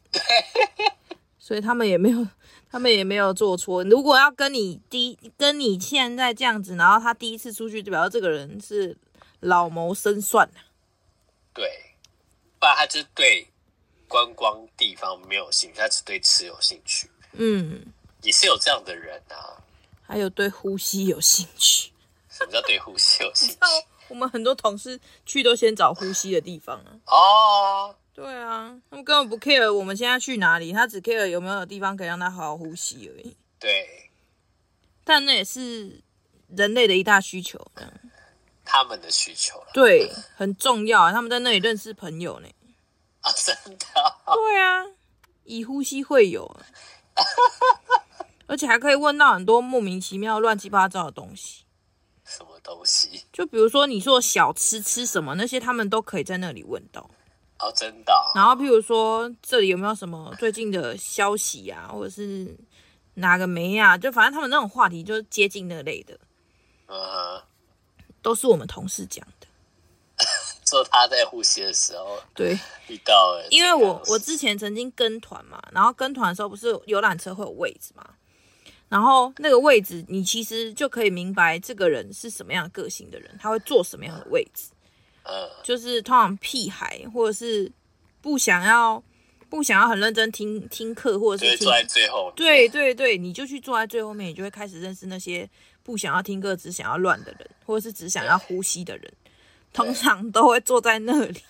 [SPEAKER 1] 所以他们也没有，他们也没有做错。如果要跟你第一跟你现在这样子，然后他第一次出去，就表示这个人是老谋深算
[SPEAKER 2] 对，不然他就是对观光地方没有兴趣，他只对吃有兴趣，
[SPEAKER 1] 嗯，
[SPEAKER 2] 也是有这样的人啊。
[SPEAKER 1] 还有对呼吸有兴趣。
[SPEAKER 2] 什么叫对呼吸 有兴趣？
[SPEAKER 1] 我们很多同事去都先找呼吸的地方啊。
[SPEAKER 2] 哦，
[SPEAKER 1] 对啊，他们根本不 care 我们现在去哪里，他只 care 有没有地方可以让他好好呼吸而已。
[SPEAKER 2] 对，
[SPEAKER 1] 但那也是人类的一大需求，这样
[SPEAKER 2] 他们的需求了
[SPEAKER 1] 对，很重要啊。他们在那里认识朋友呢。
[SPEAKER 2] 啊，真的。
[SPEAKER 1] 对啊，以呼吸会友啊，而且还可以问到很多莫名其妙、乱七八糟的东西。
[SPEAKER 2] 什么东西？
[SPEAKER 1] 就比如说你说小吃吃什么那些，他们都可以在那里问到。
[SPEAKER 2] 哦，真的哦、
[SPEAKER 1] 然后譬如说这里有没有什么最近的消息啊，或者是哪个没啊，就反正他们那种话题就是接近那类的，
[SPEAKER 2] 嗯
[SPEAKER 1] 都是我们同事讲的。
[SPEAKER 2] 哼，做他在呼吸的时候
[SPEAKER 1] 对，
[SPEAKER 2] 遇到了这样的事，
[SPEAKER 1] 因为我我之前曾经跟团嘛，然后跟团的时候不是游览车会有位置嘛，然后那个位置你其实就可以明白这个人是什么样的个性的人，他会坐什么样的位置，
[SPEAKER 2] 嗯
[SPEAKER 1] 就是通常屁孩或者是不想要不想要很认真听听课或者
[SPEAKER 2] 就是是
[SPEAKER 1] 听
[SPEAKER 2] 坐在最后，
[SPEAKER 1] 对对对，你就去坐在最后面，你就会开始认识那些不想要听歌、只想要乱的人，或者是只想要呼吸的人，通常都会坐在那里，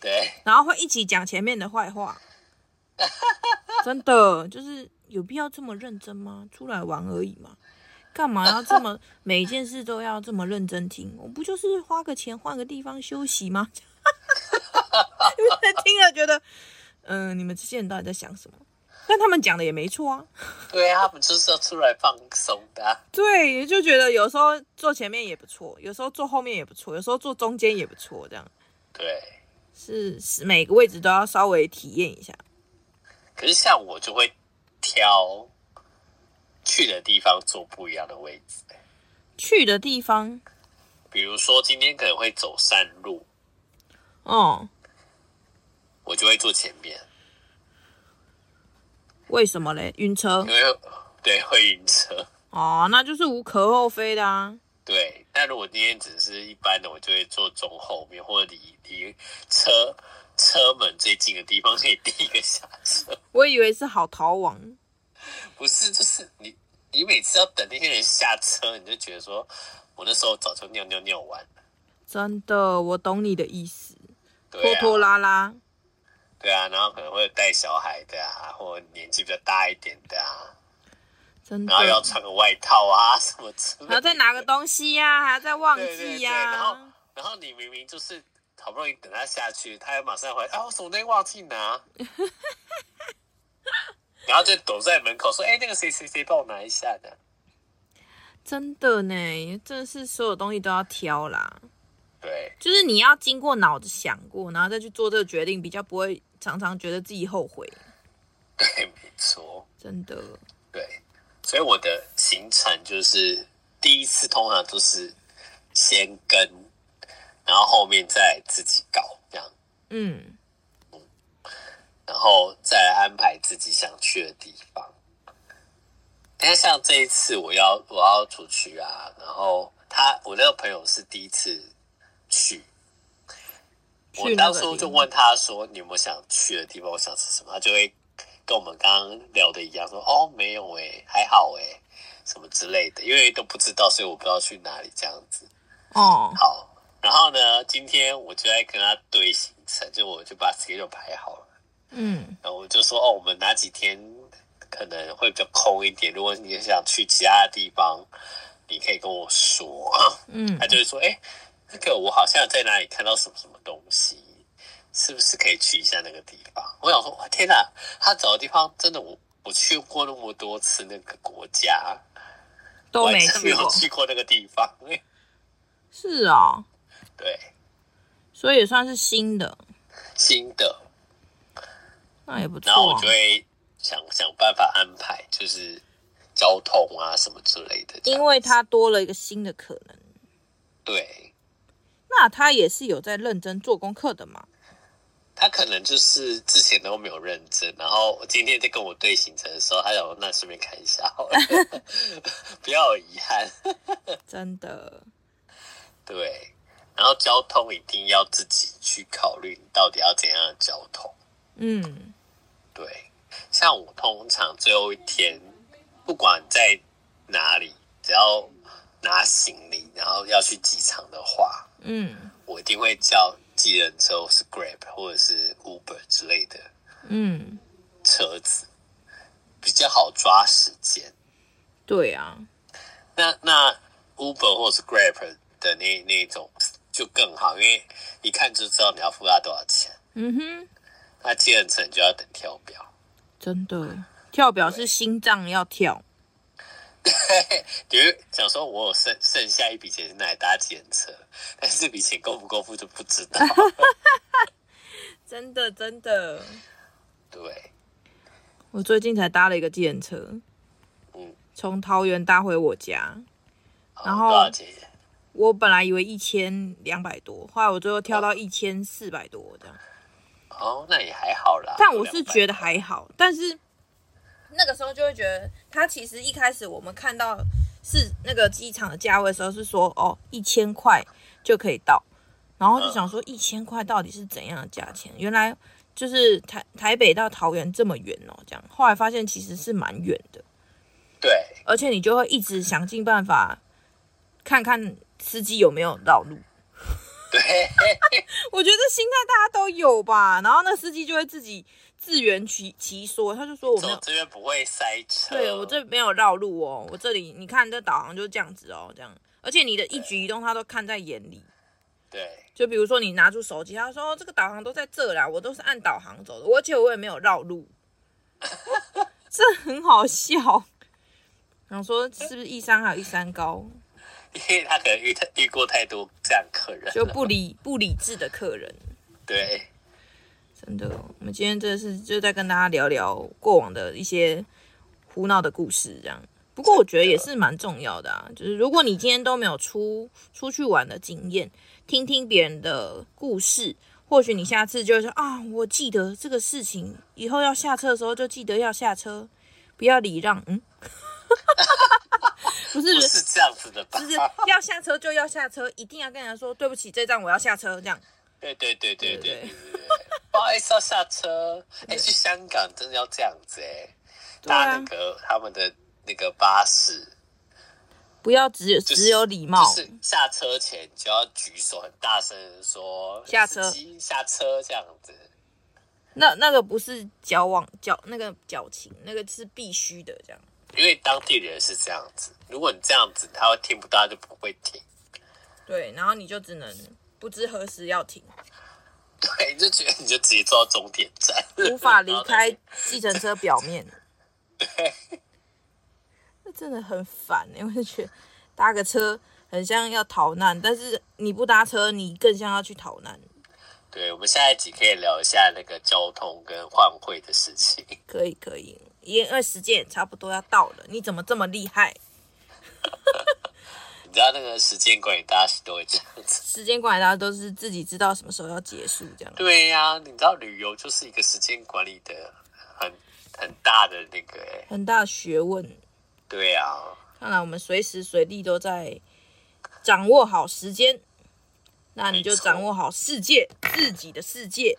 [SPEAKER 2] 对，
[SPEAKER 1] 然后会一起讲前面的坏话。真的，就是有必要这么认真吗？出来玩而已嘛，干嘛要这么每一件事都要这么认真听？我不就是花个钱换个地方休息吗？ 因为听了觉得，嗯、你们这些人到底在想什么？但他们讲的也没错啊。
[SPEAKER 2] 对啊，他们就是要出来放松的啊、
[SPEAKER 1] 对，就觉得有时候坐前面也不错，有时候坐后面也不错，有时候坐中间也不错，这样
[SPEAKER 2] 对。
[SPEAKER 1] 是是每个位置都要稍微体验一下。
[SPEAKER 2] 可是像我就会挑去的地方坐不一样的位置，
[SPEAKER 1] 去的地方，
[SPEAKER 2] 比如说今天可能会走山路，
[SPEAKER 1] 哦，
[SPEAKER 2] 我就会坐前面，
[SPEAKER 1] 为什么嘞？晕车
[SPEAKER 2] 因为对会晕车。
[SPEAKER 1] 哦，那就是无可厚非的啊。
[SPEAKER 2] 对，那如果今天只是一般的，我就会坐中后面或者离离车车门最近的地方，可以第一个下车。
[SPEAKER 1] 我以为是好逃亡，
[SPEAKER 2] 不是，就是你你每次要等那些人下车，你就觉得说，我那时候早就尿尿尿完了，
[SPEAKER 1] 真的，我懂你的意思，拖
[SPEAKER 2] 对啊，
[SPEAKER 1] 拖拉拉，
[SPEAKER 2] 对啊，然后可能会带小孩的啊，或者年纪比较大一点的啊，
[SPEAKER 1] 真的
[SPEAKER 2] 然后，要穿个外套啊 什么之类的，
[SPEAKER 1] 还要再拿个东西呀、还要再忘
[SPEAKER 2] 对对
[SPEAKER 1] 记
[SPEAKER 2] 对，
[SPEAKER 1] 呀、
[SPEAKER 2] 然后然后你明明就是好不容易等他下去，他又马上回来，啊，我手内忘记拿，然后就躲在门口说，哎、那个谁谁谁帮我拿一下的，
[SPEAKER 1] 真的呢，真的是所有东西都要挑啦。
[SPEAKER 2] 对
[SPEAKER 1] 就是你要经过脑子想过，然后再去做这个决定，比较不会常常觉得自己后悔。
[SPEAKER 2] 对，没错，
[SPEAKER 1] 真的，
[SPEAKER 2] 对，所以我的行程就是第一次通常都是先跟，然后后面再自己搞这样。
[SPEAKER 1] 嗯，
[SPEAKER 2] 然后再来安排自己想去的地方。但是像这一次，我要我要出去啊，然后他我那个朋友是第一次去，
[SPEAKER 1] 去
[SPEAKER 2] 我
[SPEAKER 1] 那
[SPEAKER 2] 当
[SPEAKER 1] 个
[SPEAKER 2] 初
[SPEAKER 1] 地
[SPEAKER 2] 就
[SPEAKER 1] 方
[SPEAKER 2] 问他说你有没有想去的地方，我想吃什么，他就会跟我们刚刚聊的一样，说哦没有诶、还好诶、什么之类的，因为都不知道，所以我不知道去哪里这样子。
[SPEAKER 1] 哦，
[SPEAKER 2] 好，然后呢，今天我就在跟他对行程，就我就把 schedule 排好了，
[SPEAKER 1] 嗯，
[SPEAKER 2] 然后我就说哦，我们哪几天可能会比较空一点，如果你想去其他的地方，你可以跟我说。
[SPEAKER 1] 嗯
[SPEAKER 2] 他就会说，哎、那个我好像在哪里看到什么什么东西。是不是可以去一下那个地方？我想说，哇，天哪！他找的地方真的我我去过那么多次那个国家，
[SPEAKER 1] 都
[SPEAKER 2] 我还
[SPEAKER 1] 没
[SPEAKER 2] 真没
[SPEAKER 1] 去
[SPEAKER 2] 有
[SPEAKER 1] 过，
[SPEAKER 2] 去过那个地方。
[SPEAKER 1] 是哦，
[SPEAKER 2] 对，
[SPEAKER 1] 所以也算是新的，
[SPEAKER 2] 新的，
[SPEAKER 1] 那也不错、
[SPEAKER 2] 然后我
[SPEAKER 1] 啊
[SPEAKER 2] 就。会想想办法安排，就是交通啊什么之类的这样。
[SPEAKER 1] 因为它多了一个新的可能，
[SPEAKER 2] 对
[SPEAKER 1] 那他也是有在认真做功课的嘛？
[SPEAKER 2] 他可能就是之前都没有认真，然后我今天在跟我对行程的时候，他想说那顺便看一下好了， 不要有遗憾。
[SPEAKER 1] 真的，
[SPEAKER 2] 对，然后交通一定要自己去考虑你到底要怎样的交通。
[SPEAKER 1] 嗯，
[SPEAKER 2] 对，像我通常最后一天，不管在哪里，只要拿行李，然后要去机场的话，
[SPEAKER 1] 嗯
[SPEAKER 2] 我一定会叫计程车，或是 Grab 或者是 Uber 之类的
[SPEAKER 1] 嗯，
[SPEAKER 2] 车子，比较好抓时间。
[SPEAKER 1] 对啊，
[SPEAKER 2] 那那 Uber 或是 Grab 的那那一种就更好，因为一看就知道你要付他多少钱。
[SPEAKER 1] 嗯哼，
[SPEAKER 2] 那计程车你就要等跳表，
[SPEAKER 1] 真的，跳表是心脏要跳，
[SPEAKER 2] 你会想说我有剩剩下一笔钱是拿来搭计程车，但是这笔钱够不够付就不 知道。
[SPEAKER 1] 真的真的。
[SPEAKER 2] 对，
[SPEAKER 1] 我最近才搭了一个计程车，
[SPEAKER 2] 嗯，
[SPEAKER 1] 从桃园搭回我家。
[SPEAKER 2] 好
[SPEAKER 1] 然后
[SPEAKER 2] 哦多少钱？
[SPEAKER 1] 我本来以为一千两百多，后来我最后跳到一千四百多这样。
[SPEAKER 2] 哦，那也还好啦。
[SPEAKER 1] 但我是觉得
[SPEAKER 2] 200
[SPEAKER 1] 还好，但是那个时候就会觉得，他其实一开始我们看到是那个机场的价位的时候是说，哦，一千块就可以到，然后就想说嗯一千块到底是怎样的价钱？原来就是台台北到桃园这么远哦，这样后来发现其实是蛮远的，
[SPEAKER 2] 对，
[SPEAKER 1] 而且你就会一直想尽办法看看司机有没有绕路。
[SPEAKER 2] 对，
[SPEAKER 1] 我觉得心态大家都有吧，然后那司机就会自己自圆其其说，他就说 我没
[SPEAKER 2] 走
[SPEAKER 1] 有
[SPEAKER 2] 这边不会塞车。
[SPEAKER 1] 对我这没有绕路哦，我这里你看这导航就是这样子哦，这样，而且你的一举一动他都看在眼里。
[SPEAKER 2] 对
[SPEAKER 1] 就比如说你拿出手机，他说、哦、这个导航都在这啦，我都是按导航走的，我而且我也没有绕路， 这很好笑。想说是不是一山还有一山高，
[SPEAKER 2] 因为他可能遇遇过太多这样客人了，
[SPEAKER 1] 就不理不理智的客人，
[SPEAKER 2] 对
[SPEAKER 1] 真的。我们今天真的是就在跟大家聊聊过往的一些胡闹的故事，这样。不过我觉得也是蛮重要的啊，就是如果你今天都没有出出去玩的经验，听听别人的故事，或许你下次就会说啊，我记得这个事情，以后要下车的时候就记得要下车，不要礼让。 嗯，不是不
[SPEAKER 2] 不
[SPEAKER 1] 是，
[SPEAKER 2] 是这样子的吧？
[SPEAKER 1] 就是要下车就要下车，一定要跟人家说对不起，这站我要下车，这样。
[SPEAKER 2] 对对对对对
[SPEAKER 1] 对
[SPEAKER 2] 对对对，不好意思要下车。哎、去香港真的要这样子哎、
[SPEAKER 1] 对啊
[SPEAKER 2] 搭那个他们的那个巴士，
[SPEAKER 1] 不要只有
[SPEAKER 2] 就是
[SPEAKER 1] 只有礼貌，
[SPEAKER 2] 就是下车前就要举手很大声地说
[SPEAKER 1] 下车
[SPEAKER 2] 司机下车这样子。
[SPEAKER 1] 那那个不是矫枉矫那个矫情，那个是必须的，这样
[SPEAKER 2] 因为当地人是这样子，如果你这样子，他会听不到，他就不会听。
[SPEAKER 1] 对，然后你就只能不知何时要停，
[SPEAKER 2] 对，你就觉得你就直接坐到终点站，
[SPEAKER 1] 无法
[SPEAKER 2] 然
[SPEAKER 1] 离
[SPEAKER 2] 后在那
[SPEAKER 1] 开
[SPEAKER 2] 边
[SPEAKER 1] 计程车表面。那真的很烦欸，我就觉得搭个车很像要逃难，但是你不搭车，你更像要去逃难。
[SPEAKER 2] 对，我们下一集可以聊一下那个交通跟换汇的事情。
[SPEAKER 1] 可以可以，因为时间也差不多要到了，你怎么这么厉害？
[SPEAKER 2] 你知道那个时间管理大师都会这样子。
[SPEAKER 1] 时间管理大家都是自己知道什么时候要结束这样。
[SPEAKER 2] 对呀、你知道旅游就是一个时间管理的很很大的那个哎、
[SPEAKER 1] 很大的学问。
[SPEAKER 2] 对呀、
[SPEAKER 1] 看来我们随时随地都在掌握好时间，那你就
[SPEAKER 2] 没错
[SPEAKER 1] 掌握好世界，自己的世界。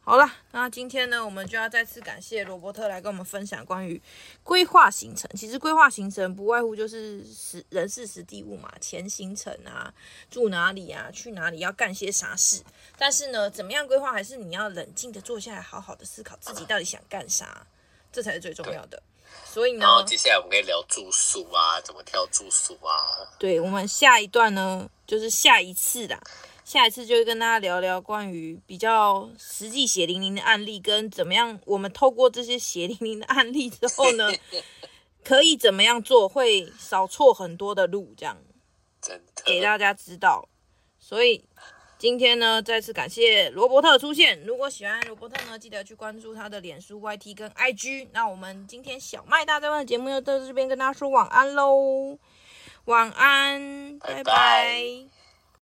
[SPEAKER 1] 好了，那今天呢，我们就要再次感谢罗伯特来跟我们分享关于规划行程。其实规划行程不外乎就是时人事时地物嘛，前行程啊，住哪里啊，去哪里，要干些啥事。但是呢，怎么样规划，还是你要冷静的坐下来，好好的思考自己到底想干啥，这才是最重要的。所以呢，
[SPEAKER 2] 然后接下来我们可以聊住宿啊，怎么挑住宿啊。
[SPEAKER 1] 对我们下一段呢，就是下一次啦，下一次就会跟大家聊聊关于比较实际血淋淋的案例，跟怎么样我们透过这些血淋淋的案例之后呢，可以怎么样做，会少错很多的路，这样
[SPEAKER 2] 真
[SPEAKER 1] 给
[SPEAKER 2] 的，
[SPEAKER 1] 大家知道。所以今天呢，再次感谢罗伯特的出现。如果喜欢罗伯特呢，记得去关注他的脸书、YT 跟 IG。那我们今天小麦大家问的节目就到这边，跟大家说晚安喽，晚安，拜
[SPEAKER 2] 拜拜
[SPEAKER 1] 拜